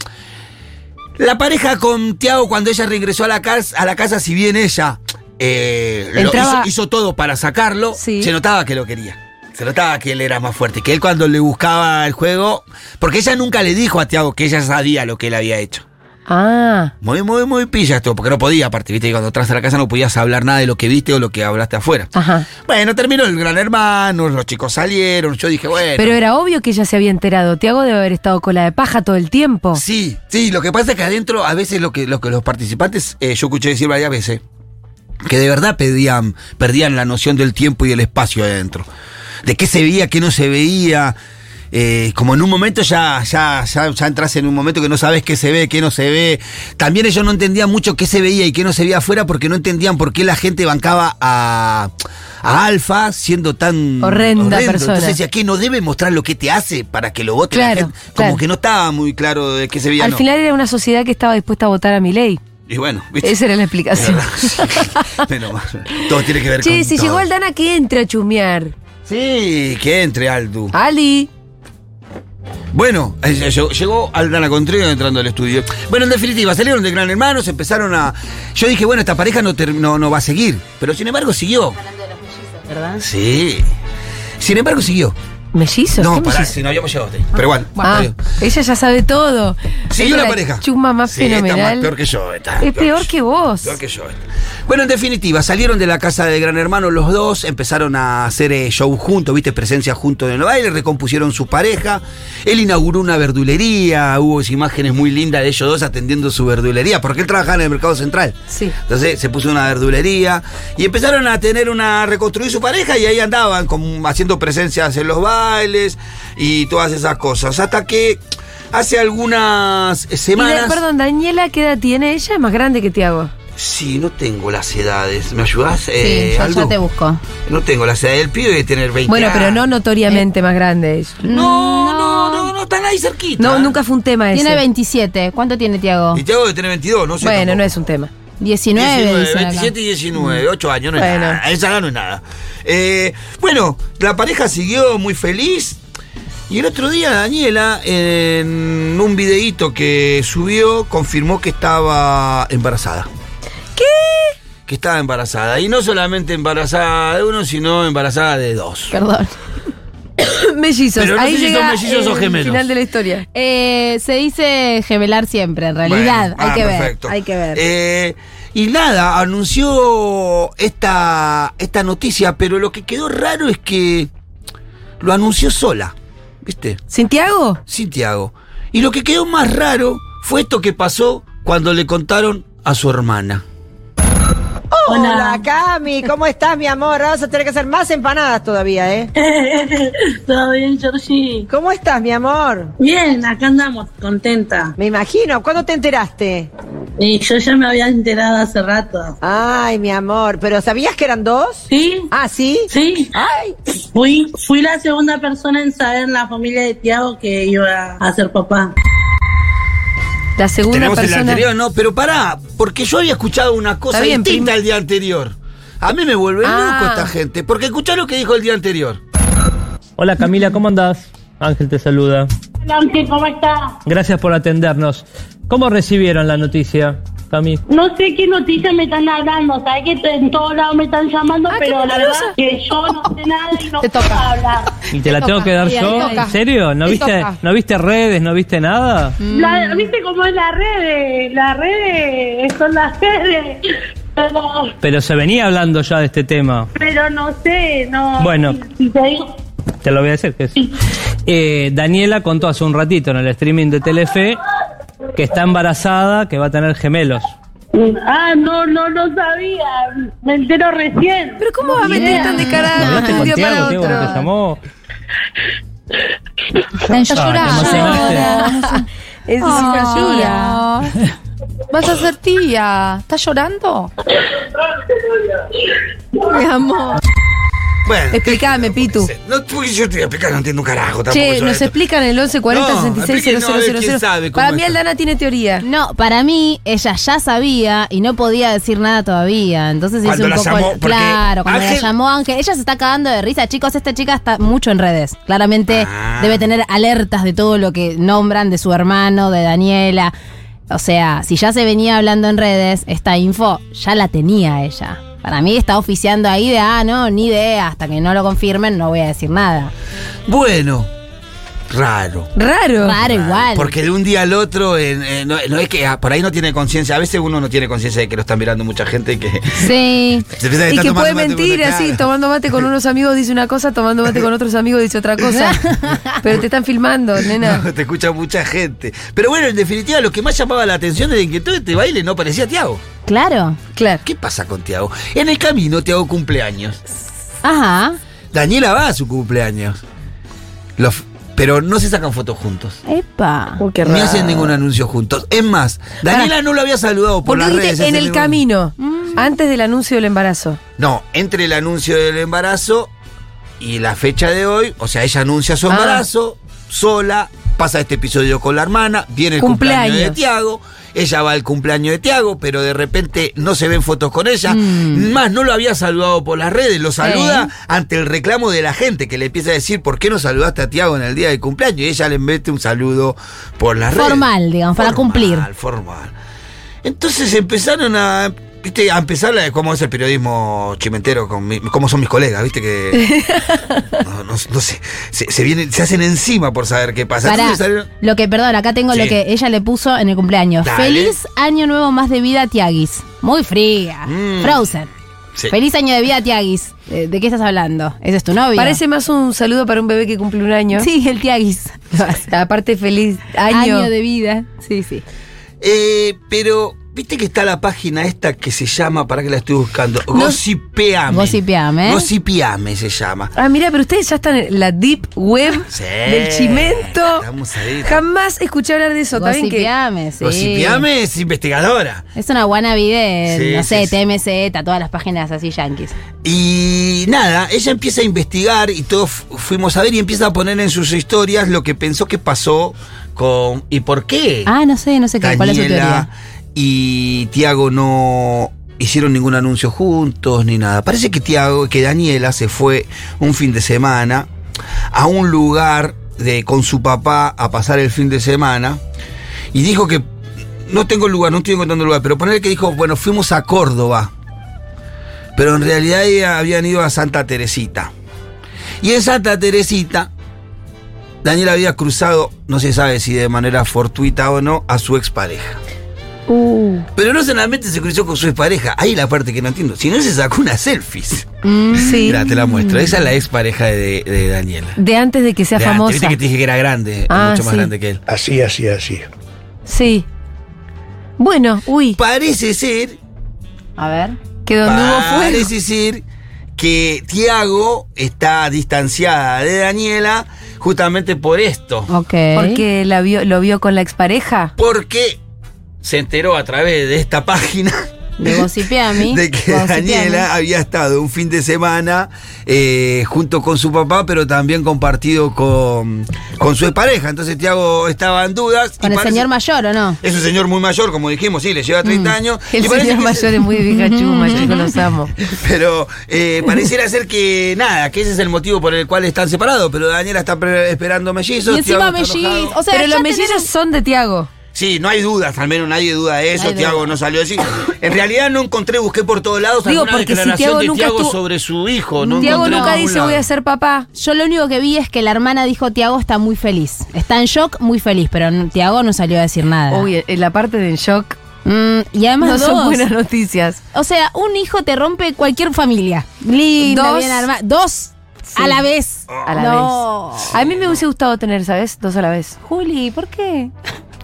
S2: La pareja con Tiago, cuando ella regresó a la casa, a la casa si bien ella eh, lo
S1: Entraba-
S2: hizo, hizo todo para sacarlo,
S1: Sí.
S2: se notaba que lo quería. Se notaba que él era más fuerte, que él cuando le buscaba el juego. Porque ella nunca le dijo a Tiago que ella sabía lo que él había hecho.
S1: Ah,
S2: Muy, muy, muy pilla esto, porque no podía, aparte, viste, que cuando entras a la casa no podías hablar nada de lo que viste o lo que hablaste afuera.
S1: ajá.
S2: Bueno, terminó el gran hermano, los chicos salieron, yo dije, bueno.
S1: Pero era obvio que ella se había enterado. Tiago debe haber estado con la de paja todo el tiempo.
S2: Sí, sí, lo que pasa es que adentro a veces lo que, lo que los participantes, eh, yo escuché decir varias veces, que de verdad pedían, perdían la noción del tiempo y el espacio adentro. De qué se veía, qué no se veía. Eh, como en un momento ya, ya, ya, ya entras en un momento que no sabes qué se ve, qué no se ve. También ellos no entendían mucho qué se veía y qué no se veía afuera porque no entendían por qué la gente bancaba a, a Alfa siendo tan
S1: Horrenda persona.
S2: Entonces decía, ¿qué no debe mostrar lo que te hace para que lo vote la
S1: Claro,
S2: gente? Como
S1: claro.
S2: que no estaba muy claro de qué se veía.
S1: al
S2: no.
S1: final era una sociedad que estaba dispuesta a votar a mi ley.
S2: Y bueno, ¿viste? [laughs]
S1: Esa era la explicación.
S2: Menos mal. Todo tiene que ver
S1: Che,
S2: con
S1: si
S2: todo.
S1: llegó el Dana, que entre a chumear.
S2: Sí, que entre Aldu.
S1: Ali.
S2: Bueno, eh, llegó, llegó Aldana Contreras entrando al estudio. Bueno, en definitiva, salieron de Gran Hermano, se empezaron a... Yo dije, bueno, esta pareja no, ter- no, no va a seguir, pero sin embargo siguió.
S3: ¿verdad?
S2: Sí. Sin embargo siguió.
S1: ¿Mellizos?
S2: No,
S1: ¿Qué
S2: pará,
S1: mellizos?
S2: si no habíamos llegado hasta ahí. Pero igual,
S1: Ah,
S2: adiós.
S1: ella ya sabe todo.
S2: Sí,
S1: Ella
S2: una
S1: la
S2: pareja.
S1: Chuma más
S2: Sí,
S1: fenomenal.
S2: Está más peor que yo. está
S1: es peor que
S2: yo.
S1: vos.
S2: Peor que yo. este. Bueno, en definitiva, salieron de la casa de Gran Hermano los dos, empezaron a hacer eh, show juntos, viste, presencia juntos en el baile, recompusieron su pareja. Él inauguró una verdulería, hubo esas imágenes muy lindas de ellos dos atendiendo su verdulería, porque él trabajaba en el mercado central.
S1: Sí.
S2: Entonces se puso una verdulería y empezaron a tener una a reconstruir su pareja y ahí andaban como haciendo presencias en los bailes y todas esas cosas. Hasta que hace algunas
S1: Y de-
S2: semanas.
S1: perdón, Daniela, ¿qué edad tiene? Ella es más grande que Tiago.
S2: Sí, no tengo las edades. ¿Me ayudás?
S6: Sí,
S2: eh,
S6: yo
S2: Aldo?
S6: ya te busco.
S2: No tengo las edades. El pibe debe tener 20
S1: Bueno, pero no
S2: años.
S6: Eh,
S1: notoriamente más grande. ella.
S2: No, no, no, no, están ahí cerquita.
S1: No, nunca fue un tema ese.
S6: Tiene 27. ¿Cuánto tiene Tiago?
S2: Y Tiago debe tener 22, no sé.
S1: Bueno,
S2: tampoco.
S1: no es un tema.
S6: 19,
S2: 19,
S6: dicen acá.
S2: 27 y 19, 8 años, no es
S1: Bueno.
S2: nada. Esa edad no es nada. Eh, bueno, la pareja siguió muy feliz. Y el otro día Daniela, en un videíto que subió, confirmó que estaba embarazada.
S1: ¿Qué?
S2: Que estaba embarazada. Y no solamente embarazada de uno, sino embarazada de dos.
S6: Perdón.
S1: [coughs] mellizos.
S2: Pero no
S1: Ahí
S2: sé si
S1: llega
S2: son mellizos o
S1: el
S2: gemelos.
S1: final de la historia.
S6: Eh, se dice gemelar siempre, en realidad.
S2: Bueno,
S6: hay,
S2: ah,
S6: que ver,
S2: perfecto.
S6: hay que ver.
S2: Eh, y nada, anunció esta, esta noticia, pero lo que quedó raro es que lo anunció sola, ¿viste?
S1: ¿Sin Tiago?
S2: Sin Tiago. Y lo que quedó más raro fue esto que pasó cuando le contaron a su hermana.
S7: Hola. Cami, ¿cómo estás, mi amor? Ahora vas a tener que hacer más empanadas todavía, ¿eh?
S8: Todo bien, Georgie.
S7: ¿Cómo estás, mi amor?
S8: Bien, acá andamos, contenta.
S7: Me imagino, ¿cuándo te enteraste?
S8: Y yo ya me había enterado hace rato.
S7: Ay, mi amor, ¿pero sabías que eran dos?
S8: ¿Sí?
S7: Ah, ¿sí?
S8: Sí,
S7: Ay,
S8: fui, fui la segunda persona en saber en la familia de Tiago que iba a ser papá.
S1: La segunda
S2: Tenemos
S1: persona.
S2: el anterior, ¿no? Pero pará, porque yo había escuchado una cosa
S1: Está bien,
S2: distinta
S1: prim-
S2: el día anterior. A mí me vuelve
S1: Ah.
S2: loco esta gente, porque escuchá lo que dijo el día anterior.
S9: Hola Camila, ¿cómo andás? Ángel te saluda.
S8: Hola, ¿cómo está?
S9: Gracias por atendernos. ¿Cómo recibieron la noticia, Cami?
S8: No sé qué noticia me están hablando, sabes que en todos lados me están llamando,
S1: Ah, qué
S8: pero la
S1: peligrosa.
S8: verdad que yo no sé nada y no
S6: Te
S8: puedo
S6: toca.
S8: hablar.
S9: ¿Y te la tengo que dar
S6: Te
S9: yo?
S6: toca.
S9: ¿En serio? ¿No
S6: Te
S9: viste,
S6: toca.
S9: ¿No viste redes? ¿No viste nada?
S8: La- ¿Viste cómo es la red? La red son las redes. Pero,
S9: Pero se venía hablando ya de este tema.
S8: pero no sé, no.
S9: Bueno.
S8: si- si te digo-
S9: Te lo voy a decir que sí. Eh, Daniela contó hace un ratito en el streaming de Telefe que está embarazada, que va a tener gemelos.
S8: Ah, no, no, no sabía. Me entero recién.
S1: Pero ¿cómo va a meter tan de [laughs]
S9: ¿No
S1: cara
S9: viste
S1: de un
S9: con
S1: día para
S9: Tiago?
S1: otro?
S9: Tiago no te llamó?
S6: Están llorando.
S9: emocionaste.
S6: [laughs]
S1: Es
S6: Ah,
S1: una ayuda.
S6: tía. Vas a ser tía. ¿Estás llorando? Mi amor.
S2: Bueno,
S1: Explícame, Pitu.
S2: No, porque yo te voy a explicar, no entiendo un carajo tampoco.
S1: Che,
S2: yo
S1: nos
S2: esto.
S1: explican el 11 40
S2: No,
S1: 66
S2: expliquen, no, a ver
S1: 00
S2: quién sabe cómo
S1: Para mí
S2: es.
S1: Aldana tiene teoría.
S6: No, para mí, ella ya sabía y no podía decir nada todavía. Entonces es
S2: Cuando
S6: un
S2: la
S6: poco.
S2: llamó, porque
S6: claro, cuando
S2: Ángel-
S6: la llamó Ángel. Ella se está cagando de risa. Chicos, esta chica está mucho en redes. Claramente
S2: Ah.
S6: debe tener alertas de todo lo que nombran de su hermano, de Daniela. O sea, si ya se venía hablando en redes, esta info ya la tenía ella. Para mí está oficiando ahí de, ah, no, ni idea. Hasta que no lo confirmen, no voy a decir nada.
S2: Bueno, raro.
S1: Raro.
S6: Raro igual.
S2: Porque de un día al otro, eh, eh, no, no es que ah, por ahí no tiene conciencia. A veces uno no tiene conciencia de que lo están mirando mucha gente y que.
S6: Sí.
S2: se piensa
S1: Y
S2: está
S1: que
S2: tomando
S1: puede
S2: mate con
S1: mentir
S2: otra
S1: así,
S2: cara.
S1: tomando mate con unos amigos dice una cosa, tomando mate con otros amigos dice
S6: [laughs]
S1: otra cosa. Pero te están filmando,
S2: [laughs]
S1: nena.
S2: Te escucha mucha gente. Pero bueno, en definitiva, lo que más llamaba la atención era que todo este baile no parecía Tiago.
S6: Claro.
S1: Claro.
S2: ¿Qué pasa con Tiago? En el camino, Tiago cumpleaños.
S6: Ajá.
S2: Daniela va a su cumpleaños. Los f- pero no se sacan fotos juntos.
S6: Epa.
S2: Ni hacen ningún anuncio juntos. Es más, Daniela no lo había saludado por
S1: Porque
S2: las
S1: dijiste
S2: redes.
S1: en
S2: ese Mm.
S1: el
S2: mismo-
S1: camino, antes del anuncio del embarazo.
S2: No, entre el anuncio del embarazo y la fecha de hoy, o sea, ella anuncia su
S1: Ah.
S2: embarazo sola, pasa este episodio con la hermana, viene el cumpleaños,
S1: Cumpleaños.
S2: de Tiago, ella va al cumpleaños de Tiago, pero de repente no se ven fotos con ella,
S1: Mm.
S2: más no lo había saludado por las redes, lo saluda ante el reclamo de la gente que le empieza a decir, ¿por qué no saludaste a Tiago en el día del cumpleaños? Y ella le mete un saludo por las redes.
S6: Formal, digamos, para cumplir.
S2: Formal, formal. Entonces empezaron a. ¿Viste? A empezar la- cómo es el periodismo chimentero, con mi- cómo son mis colegas, ¿viste?
S6: [laughs]
S2: Que. No, no- no sé. Se, se vienen, se hacen encima por saber qué pasa.
S6: Pará,
S2: Entonces salieron-
S6: lo que, perdón, acá tengo lo
S2: Sí.
S6: que ella le puso en el cumpleaños.
S2: Dale.
S6: Feliz año nuevo más de vida, Tiaguis. Muy fría.
S2: Mm.
S6: Frozen.
S1: Eh.
S2: Sí.
S6: Feliz año de vida, Tiaguis. Eh, ¿De qué estás hablando? ¿Ese es tu novio?
S1: Parece más un saludo para un bebé que cumple un año.
S6: Sí, el Tiaguis.
S1: [laughs] Aparte, feliz año.
S6: año de vida. Sí, sí.
S2: Eh, pero, ¿viste que está la página esta que se llama, para que la estoy buscando? Gossipeame.
S6: Gossipeame.
S2: Gossipeame se llama.
S1: Ah, mira, pero ustedes ya están en la deep web
S2: Sí.
S1: del chimento.
S2: Estamos ahí.
S1: Jamás escuché hablar de eso. ¿También que
S6: Gossipiame, sí.
S2: Gossipeame es investigadora.
S6: Es una wannabe de,
S2: Sí,
S6: no
S2: sí,
S6: sé,
S2: sí. Eh,
S6: TMZ, todas las páginas así yankees.
S2: Y nada, ella empieza a investigar y todos fu- fuimos a ver y empieza a poner en sus historias lo que pensó que pasó con y por qué.
S6: Ah, no sé, no sé qué, cuál es su
S2: Daniela
S6: teoría.
S2: y Tiago no hicieron ningún anuncio juntos ni nada. Parece que Tiago, que Daniela se fue un fin de semana a un lugar de, con su papá a pasar el fin de semana y dijo que no tengo lugar, no estoy encontrando lugar, pero poner que dijo, bueno, fuimos a Córdoba. Pero en realidad ella habían ido a Santa Teresita. Y en Santa Teresita Daniel había cruzado, no se sabe si de manera fortuita o no, a su expareja.
S1: Uh.
S2: Pero no solamente se cruzó con su expareja, ahí la parte que no entiendo, sino se sacó unas selfies.
S1: Mm, Sí.
S2: Mira, te la muestro. Esa es la expareja de, de Daniela.
S1: De antes de que sea
S2: De antes,
S1: famosa.
S2: Viste que te dije que era grande,
S1: Ah,
S2: mucho más
S1: sí.
S2: grande que él.
S10: Así, así, así.
S1: Sí. Bueno, uy,
S2: Parece ser,
S6: A ver.
S1: que donde hubo fuego.
S2: parece ser que Tiago está distanciada de Daniela justamente por esto.
S6: Ok.
S1: Porque la vio, lo vio con la expareja.
S2: Porque se enteró a través de esta página
S6: De Gossipiami.
S2: [laughs] de que
S6: Gossipiami.
S2: Daniela había estado un fin de semana eh, junto con su papá, pero también compartido con, con su pareja. Entonces Tiago estaba en dudas. y
S6: Con el
S2: parece-
S6: señor Mm, mayor, ¿o no?
S2: Es un señor muy mayor, como dijimos, sí, le lleva
S6: [laughs]
S2: 30 años.
S1: El
S2: y parece
S1: señor
S2: que-
S1: mayor es muy vieja chuma, chicos, los amo.
S2: [laughs] Pero eh, pareciera ser que nada, que ese es el motivo por el cual están separados. Pero Daniela está pre- esperando mellizos.
S6: Y encima
S2: Tiago está
S6: mellizos.
S2: enojado.
S6: O sea,
S1: Pero
S6: ya
S1: los
S6: tenemos-
S1: mellizos son de Tiago.
S2: Sí, no hay dudas, al menos nadie duda de eso.
S6: No hay
S2: Tiago
S6: duda.
S2: no salió así. En realidad no encontré, busqué por todos lados
S1: Digo,
S2: alguna
S1: porque si
S2: declaración
S1: Tiago
S2: de
S1: nunca
S2: Tiago
S1: estuvo-
S2: sobre su hijo. No
S1: Tiago
S2: encontré en
S1: nunca
S2: ningún
S1: dice
S2: lado.
S1: voy a ser papá.
S6: Yo lo único que vi es que la hermana dijo, Tiago está muy feliz. Está en shock, muy feliz, pero no- Tiago no salió a decir nada.
S1: Uy, en la parte del shock
S6: Mm, y además
S1: no
S6: dos,
S1: son buenas noticias.
S6: o sea, un hijo te rompe cualquier familia. Linda,
S1: Dos.
S6: bien armada. Dos a la vez.
S1: A la
S6: no.
S1: A mí me hubiese gustado tener, ¿sabes? Dos a la vez.
S6: Juli, ¿por qué?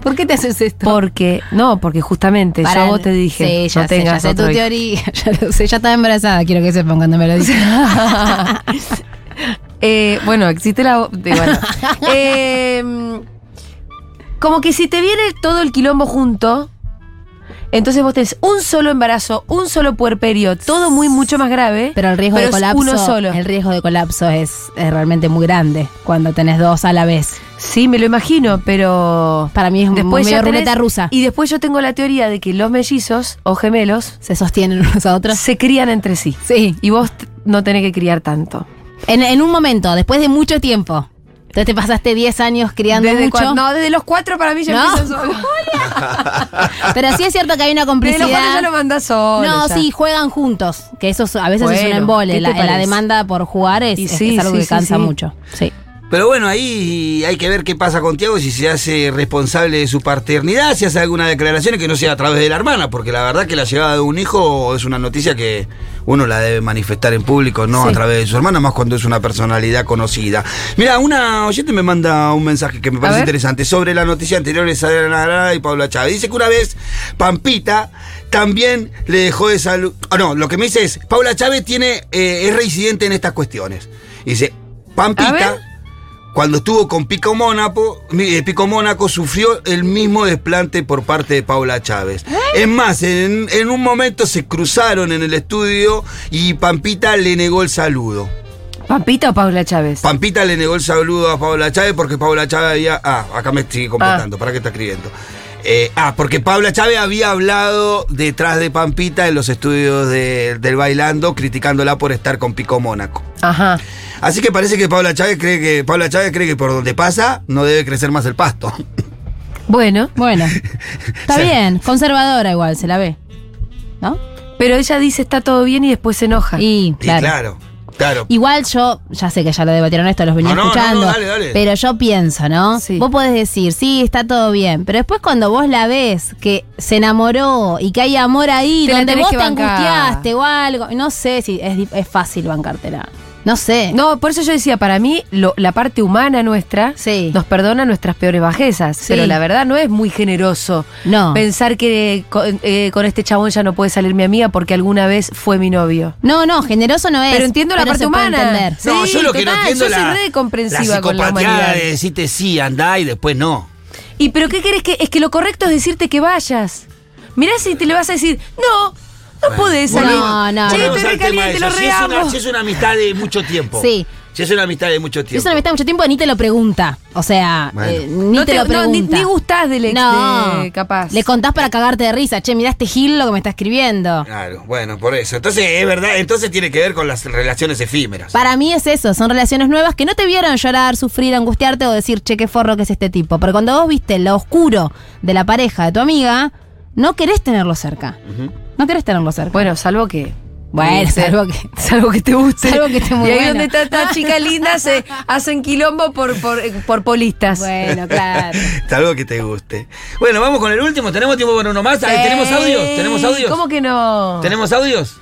S6: ¿Por qué te haces esto?
S1: Porque, no, porque justamente
S6: Para-
S1: yo a vos te dije,
S6: Sí, ya
S1: no
S6: sé,
S1: tengas
S6: ya sé
S1: otro
S6: tu
S1: hijo.
S6: teoría. [laughs] Ya lo sé, ya estaba embarazada, quiero que sepan cuando me lo [laughs] dicen.
S1: Eh, bueno, existe la. o-
S6: [laughs]
S1: de- bueno. Eh, como que si te viene todo el quilombo junto, entonces vos tenés un solo embarazo, un solo puerperio, todo muy mucho más grave.
S6: Pero el riesgo de
S1: es
S6: colapso,
S1: Uno solo.
S6: el riesgo de colapso es, es realmente muy grande cuando tenés dos a la vez.
S1: Sí, me lo imagino, pero.
S6: Para mí es
S1: Después
S6: medio
S1: ya tenés-
S6: ruleta rusa.
S1: Y después yo tengo la teoría de que los mellizos o gemelos
S6: se sostienen unos a otros.
S1: se crían entre sí.
S6: Sí.
S1: Y vos t- no tenés que criar tanto.
S6: En, en un momento, después de mucho tiempo. Entonces te pasaste 10 años criando
S1: Desde
S6: mucho.
S1: cua- no, desde los cuatro para mí ya
S6: No.
S1: empiezan solos.
S6: [laughs] Pero sí es cierto que hay una
S1: Desde los cuatro ya
S6: complicidad.
S1: lo mandás solo.
S6: No,
S1: ya.
S6: sí, juegan juntos. Que eso es- a veces es
S1: Bueno,
S6: un embole.
S1: ¿qué te
S6: La, la
S1: parece?
S6: demanda por jugar es,
S1: Y
S6: es-
S1: sí,
S6: es algo
S1: sí,
S6: que
S1: sí,
S6: cansa
S1: sí.
S6: mucho.
S1: [laughs]
S6: Sí.
S2: Pero bueno, ahí hay que ver qué pasa con Tiago, si se hace responsable de su paternidad, si hace alguna declaración que no sea a través de la hermana, porque la verdad que la llegada de un hijo es una noticia que uno la debe manifestar en público, no a través de su hermana, más cuando es una personalidad conocida. Mira, una oyente me manda un mensaje que me parece
S1: ver.
S2: interesante sobre la noticia anterior de Sara Arana y Paula Chávez. Dice que una vez Pampita también le dejó de salud. Ah, no, lo que me dice es, Paula Chávez tiene, eh, es reincidente en estas cuestiones. Dice,
S1: A
S2: Pampita
S1: ver.
S2: cuando estuvo con Pico Mónaco, mi- eh, Pico Mónaco sufrió el mismo desplante por parte de Paula Chávez. Es más, en, en un momento se cruzaron en el estudio y Pampita le negó el saludo.
S1: ¿Pampita o Paula Chávez?
S2: Pampita le negó el saludo a Paula Chávez porque Paula Chávez había. Ah, acá me estoy
S1: Ah.
S2: completando, ¿para qué está escribiendo? Eh, ah, porque Paula Chávez había hablado detrás de Pampita en los estudios de- del Bailando, criticándola por estar con Pico Mónaco.
S1: Ajá.
S2: Así que parece que Paula Chávez cree que Paula Chávez cree que por donde pasa no debe crecer más el pasto. [laughs]
S1: Bueno,
S6: Bueno, está
S2: Sí.
S6: bien, conservadora igual, se la ve. ¿No?
S1: pero ella dice está todo bien y después se enoja.
S6: Y
S2: Y
S6: claro.
S2: claro, claro.
S6: Igual yo, ya sé que ya lo debatieron esto, los venía
S2: No, no, no,
S6: escuchando.
S2: no, dale, dale.
S6: Pero yo pienso, ¿no?
S1: Sí.
S6: Vos podés decir, sí, está todo bien. Pero después cuando vos la ves que se enamoró y que hay amor ahí,
S1: Te la
S6: donde
S1: tenés
S6: vos
S1: que
S6: te
S1: bancar.
S6: angustiaste o algo. No sé si es, di- es fácil bancártela. No sé.
S1: No, por eso yo decía, para mí lo- la parte humana nuestra
S6: Sí.
S1: nos perdona nuestras peores bajezas,
S6: Sí.
S1: pero la verdad no es muy generoso
S6: No.
S1: pensar que con, eh, con este chabón ya no puede salir mi amiga porque alguna vez fue mi novio.
S6: No, no, generoso no es.
S1: Pero entiendo la parte
S6: se puede
S1: humana.
S6: entender.
S1: Sí, total, yo soy re comprensiva con la
S2: psicopatía
S1: humanidad.
S2: de decirte sí, andá y después no.
S1: ¿Y pero qué querés que es que lo correcto es decirte que vayas? Mirá si te le vas a decir, "No, no podés
S6: bueno,
S1: salir."
S6: no, no.
S1: Che,
S2: Volvemos
S1: estoy
S2: al tema de
S1: recaliente, lo
S2: eso. Si es, una,
S1: reamo.
S2: si es una amistad de mucho tiempo.
S6: Sí.
S2: Si es una amistad de mucho tiempo.
S6: Es una amistad de mucho tiempo ni te lo pregunta. O sea,
S2: Bueno.
S6: eh, ni
S1: No
S6: te,
S1: te-
S6: lo
S1: no,
S6: pregunta.
S1: ni- ni gustás del ex de- capaz.
S6: Le contás para cagarte de risa. Che, mirá este Gil lo que me está escribiendo.
S2: Claro, bueno, por eso. Entonces, es verdad, entonces tiene que ver con las relaciones efímeras.
S6: Para mí es eso, son relaciones nuevas que no te vieron llorar, sufrir, angustiarte o decir, che, qué forro que es este tipo. Pero cuando vos viste lo oscuro de la pareja de tu amiga, no querés tenerlo cerca. No querés tenerlo cerca.
S1: Bueno, salvo que
S6: Bueno,
S1: Sí.
S6: salvo que-
S1: salvo que te [laughs] guste.
S6: Salvo que esté muy
S1: Y ahí
S6: bueno.
S1: donde está esta [laughs] chica linda se hacen quilombo por por, eh, por polistas.
S6: Bueno, claro.
S2: Algo que te guste. Bueno, vamos con el último. ¿Tenemos tiempo para uno más? Ahí, ¿Tenemos audios? ¿Tenemos audios?
S1: ¿Cómo que no?
S2: ¿Tenemos audios?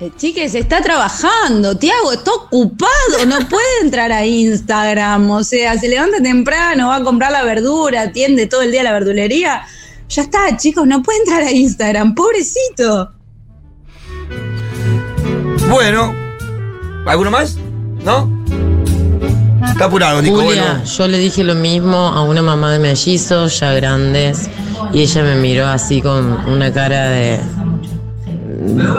S10: Eh, Chiques, está trabajando, Tiago, está ocupado, no puede entrar a Instagram, o sea, se levanta temprano, Ah, va a comprar la verdura, atiende todo el día la verdulería. Ya está, chicos, no puede entrar a Instagram, pobrecito.
S2: Bueno. ¿Alguno más? ¿No? Está apurado, Nico. Bueno.
S10: yo le dije lo mismo a una mamá de mellizos, ya grandes, y ella me miró así con una cara de... No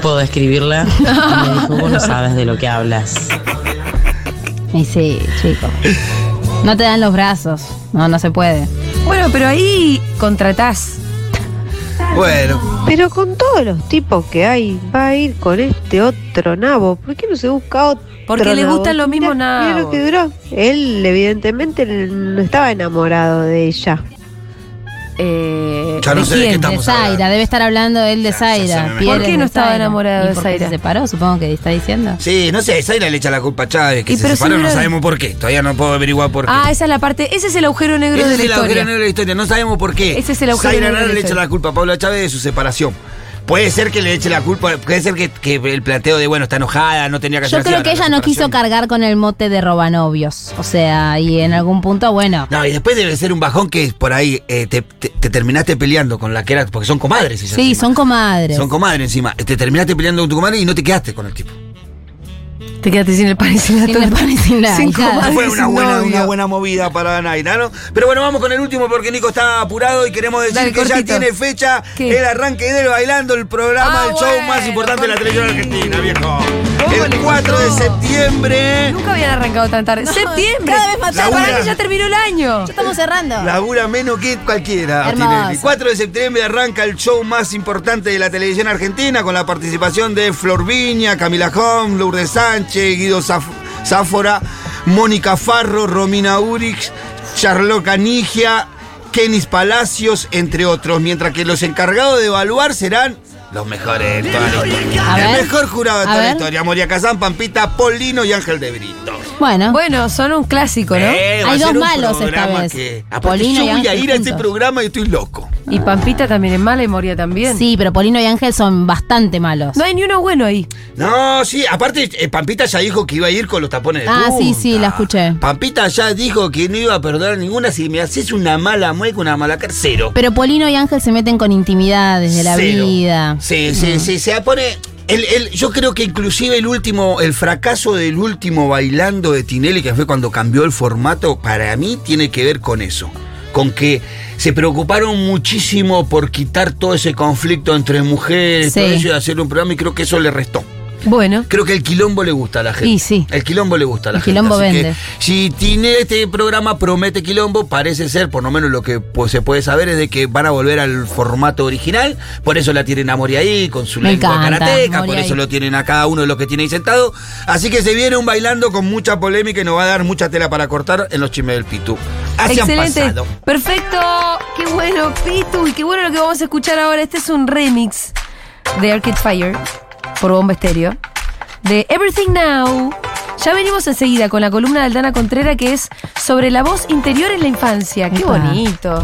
S10: puedo describirla. Me dijo, vos no sabes de lo que hablas.
S6: Y sí, chico. No te dan los brazos. No, no se puede.
S1: Bueno, pero ahí contratás.
S2: Bueno.
S11: Pero con todos los tipos que hay, va a ir con este otro nabo. ¿Por qué no se busca otro?
S1: Porque le
S11: nabo?
S1: gustan los mismos
S11: Mirá- mirá
S1: nabos.
S11: lo que duró. Él, evidentemente, no estaba enamorado de ella.
S1: Eh,
S2: Ya no
S1: ¿de
S2: sé de qué
S1: quién?
S6: De
S2: estamos hablando.
S6: Zaira, debe estar hablando él de
S2: Ya, ya se me
S6: Zaira.
S2: metió.
S6: Pierre
S1: ¿Por qué
S6: es
S1: no
S6: de
S1: estaba
S6: Zaira.
S1: enamorado de
S6: ¿Y por qué
S1: Zaira?
S6: se separó, supongo que está diciendo.
S2: Sí, no sé, Zaira le echa la culpa a Chávez, que
S1: Y
S2: se
S1: pero si
S2: separó, no
S1: hubiera-
S2: sabemos por qué. Todavía no puedo averiguar por qué.
S1: Ah, esa es la parte, ese es el agujero negro
S2: Ese
S1: de
S2: es
S1: la
S2: el agujero
S1: historia.
S2: negro de la historia, no sabemos por qué.
S1: Ese es el agujero
S2: Zaira
S1: negro de
S2: Nara
S1: la
S2: le echa
S1: historia.
S2: la culpa a Paula Chávez de su separación. Puede ser que le eche la culpa, puede ser que, que el planteo de, bueno, está enojada, no tenía que
S6: Yo
S2: hacerse
S6: creo
S2: la-
S6: que
S2: la
S6: ella no quiso
S2: separación.
S6: cargar con el mote de robanovios. O sea, y en algún punto, bueno.
S2: No, y después debe ser un bajón que por ahí eh, te, te- te terminaste peleando con la que era, porque son comadres. ellas
S6: Sí,
S2: encima.
S6: son comadres.
S2: Son comadres encima. Te terminaste peleando con tu comadre y no te quedaste con el tipo.
S1: Te quedaste sin el pan y sin la
S6: Sin el
S1: torta.
S6: pan y sin la hijada.
S1: comadre,
S2: Fue
S1: [laughs]
S2: una
S1: sin
S2: buena,
S1: Ah, novio.
S2: una buena movida para Naira, ¿no? Pero bueno, vamos con el último porque Nico está apurado y queremos decir
S1: Dale,
S2: que
S1: cortito.
S2: ya tiene fecha
S1: ¿Qué?
S2: el arranque del Bailando, el programa,
S1: Ah,
S2: el show más
S1: bueno,
S2: importante de la televisión
S1: Martín.
S2: argentina, viejo.
S1: ¿Cómo
S2: El
S1: le
S2: 4 de
S1: costó?
S2: septiembre,
S1: Nunca habían arrancado tan [laughs] tarde. Septiembre.
S6: cada vez más
S1: Ya,
S2: tarde.
S1: Para que ya terminó el
S6: Ya
S1: año.
S6: estamos cerrando.
S2: labura menos que cualquiera.
S6: Hermoso.
S2: Tinelli. 4 de septiembre arranca el show más importante de la televisión argentina con la participación de Flor Viña, Camila Hom, Lourdes Sánchez, Guido Zaf- Záfora, Mónica Farro, Romina Urix, Charlotte Canigia, Kenis Palacios, entre otros. Mientras que los encargados de evaluar serán los mejores de toda la
S6: A
S2: historia.
S6: ver.
S2: El mejor jurado de
S6: A
S2: toda la
S6: ver.
S2: historia. Moria Kazán, Pampita, Polino y Ángel de Brito.
S6: Bueno,
S1: Bueno, son un clásico, ¿no?
S2: Eh, va
S6: Hay
S2: a
S6: dos
S2: ser un
S6: malos esta
S2: programa
S6: vez.
S2: que- aparte,
S6: Polino
S2: yo
S6: y
S2: voy a
S6: Ángel
S2: ir a este
S6: juntos.
S2: programa y estoy loco.
S1: Y Pampita también es mala y Moria también.
S6: Ah. sí, pero Polino y Ángel son bastante malos.
S1: No hay ni uno bueno ahí.
S2: No, sí, aparte eh, Pampita ya dijo que iba a ir con los tapones de
S6: Ah, sí,
S2: punta.
S6: sí, la escuché.
S2: Pampita ya dijo que no iba a perdonar ninguna si me haces una mala mueca, una mala carcero.
S6: Pero Polino y Ángel se meten con intimidades de la vida. Mm.
S2: Sí, sí, sí, se pone... El, el- yo creo que inclusive el último, el fracaso del último bailando de Tinelli, que fue cuando cambió el formato, para mí tiene que ver con eso. Con que se preocuparon muchísimo por quitar todo ese conflicto entre mujeres,
S6: Sí.
S2: todo eso, y hacer un programa, y creo que eso le restó.
S1: Bueno.
S2: Creo que el quilombo le gusta a la gente.
S1: Y sí.
S2: El quilombo le gusta a la
S1: El
S2: gente.
S1: quilombo
S2: así que
S1: vende.
S2: si tiene este programa promete quilombo, parece ser, por lo menos lo que pues, se puede saber es de que van a volver al formato original. Por eso la tienen a Mori ahí, con su
S6: Me
S2: lengua
S6: encanta,
S2: karateca.
S6: Mori
S2: Por
S6: ahí.
S2: eso lo tienen a cada uno de los que tiene ahí sentado. Así que se viene un bailando con mucha polémica y nos va a dar mucha tela para cortar en los chismes del Pitu. Así han
S1: Excelente.
S2: pasado.
S1: Perfecto. Qué bueno, Pitu. Y qué bueno lo que vamos a escuchar ahora. Este es un remix de Arcade Fire por Bomba Estéreo. De Everything Now. Ya venimos enseguida con la columna de Aldana Contrera que es sobre la voz interior en la infancia. Qué
S6: Epa.
S1: bonito.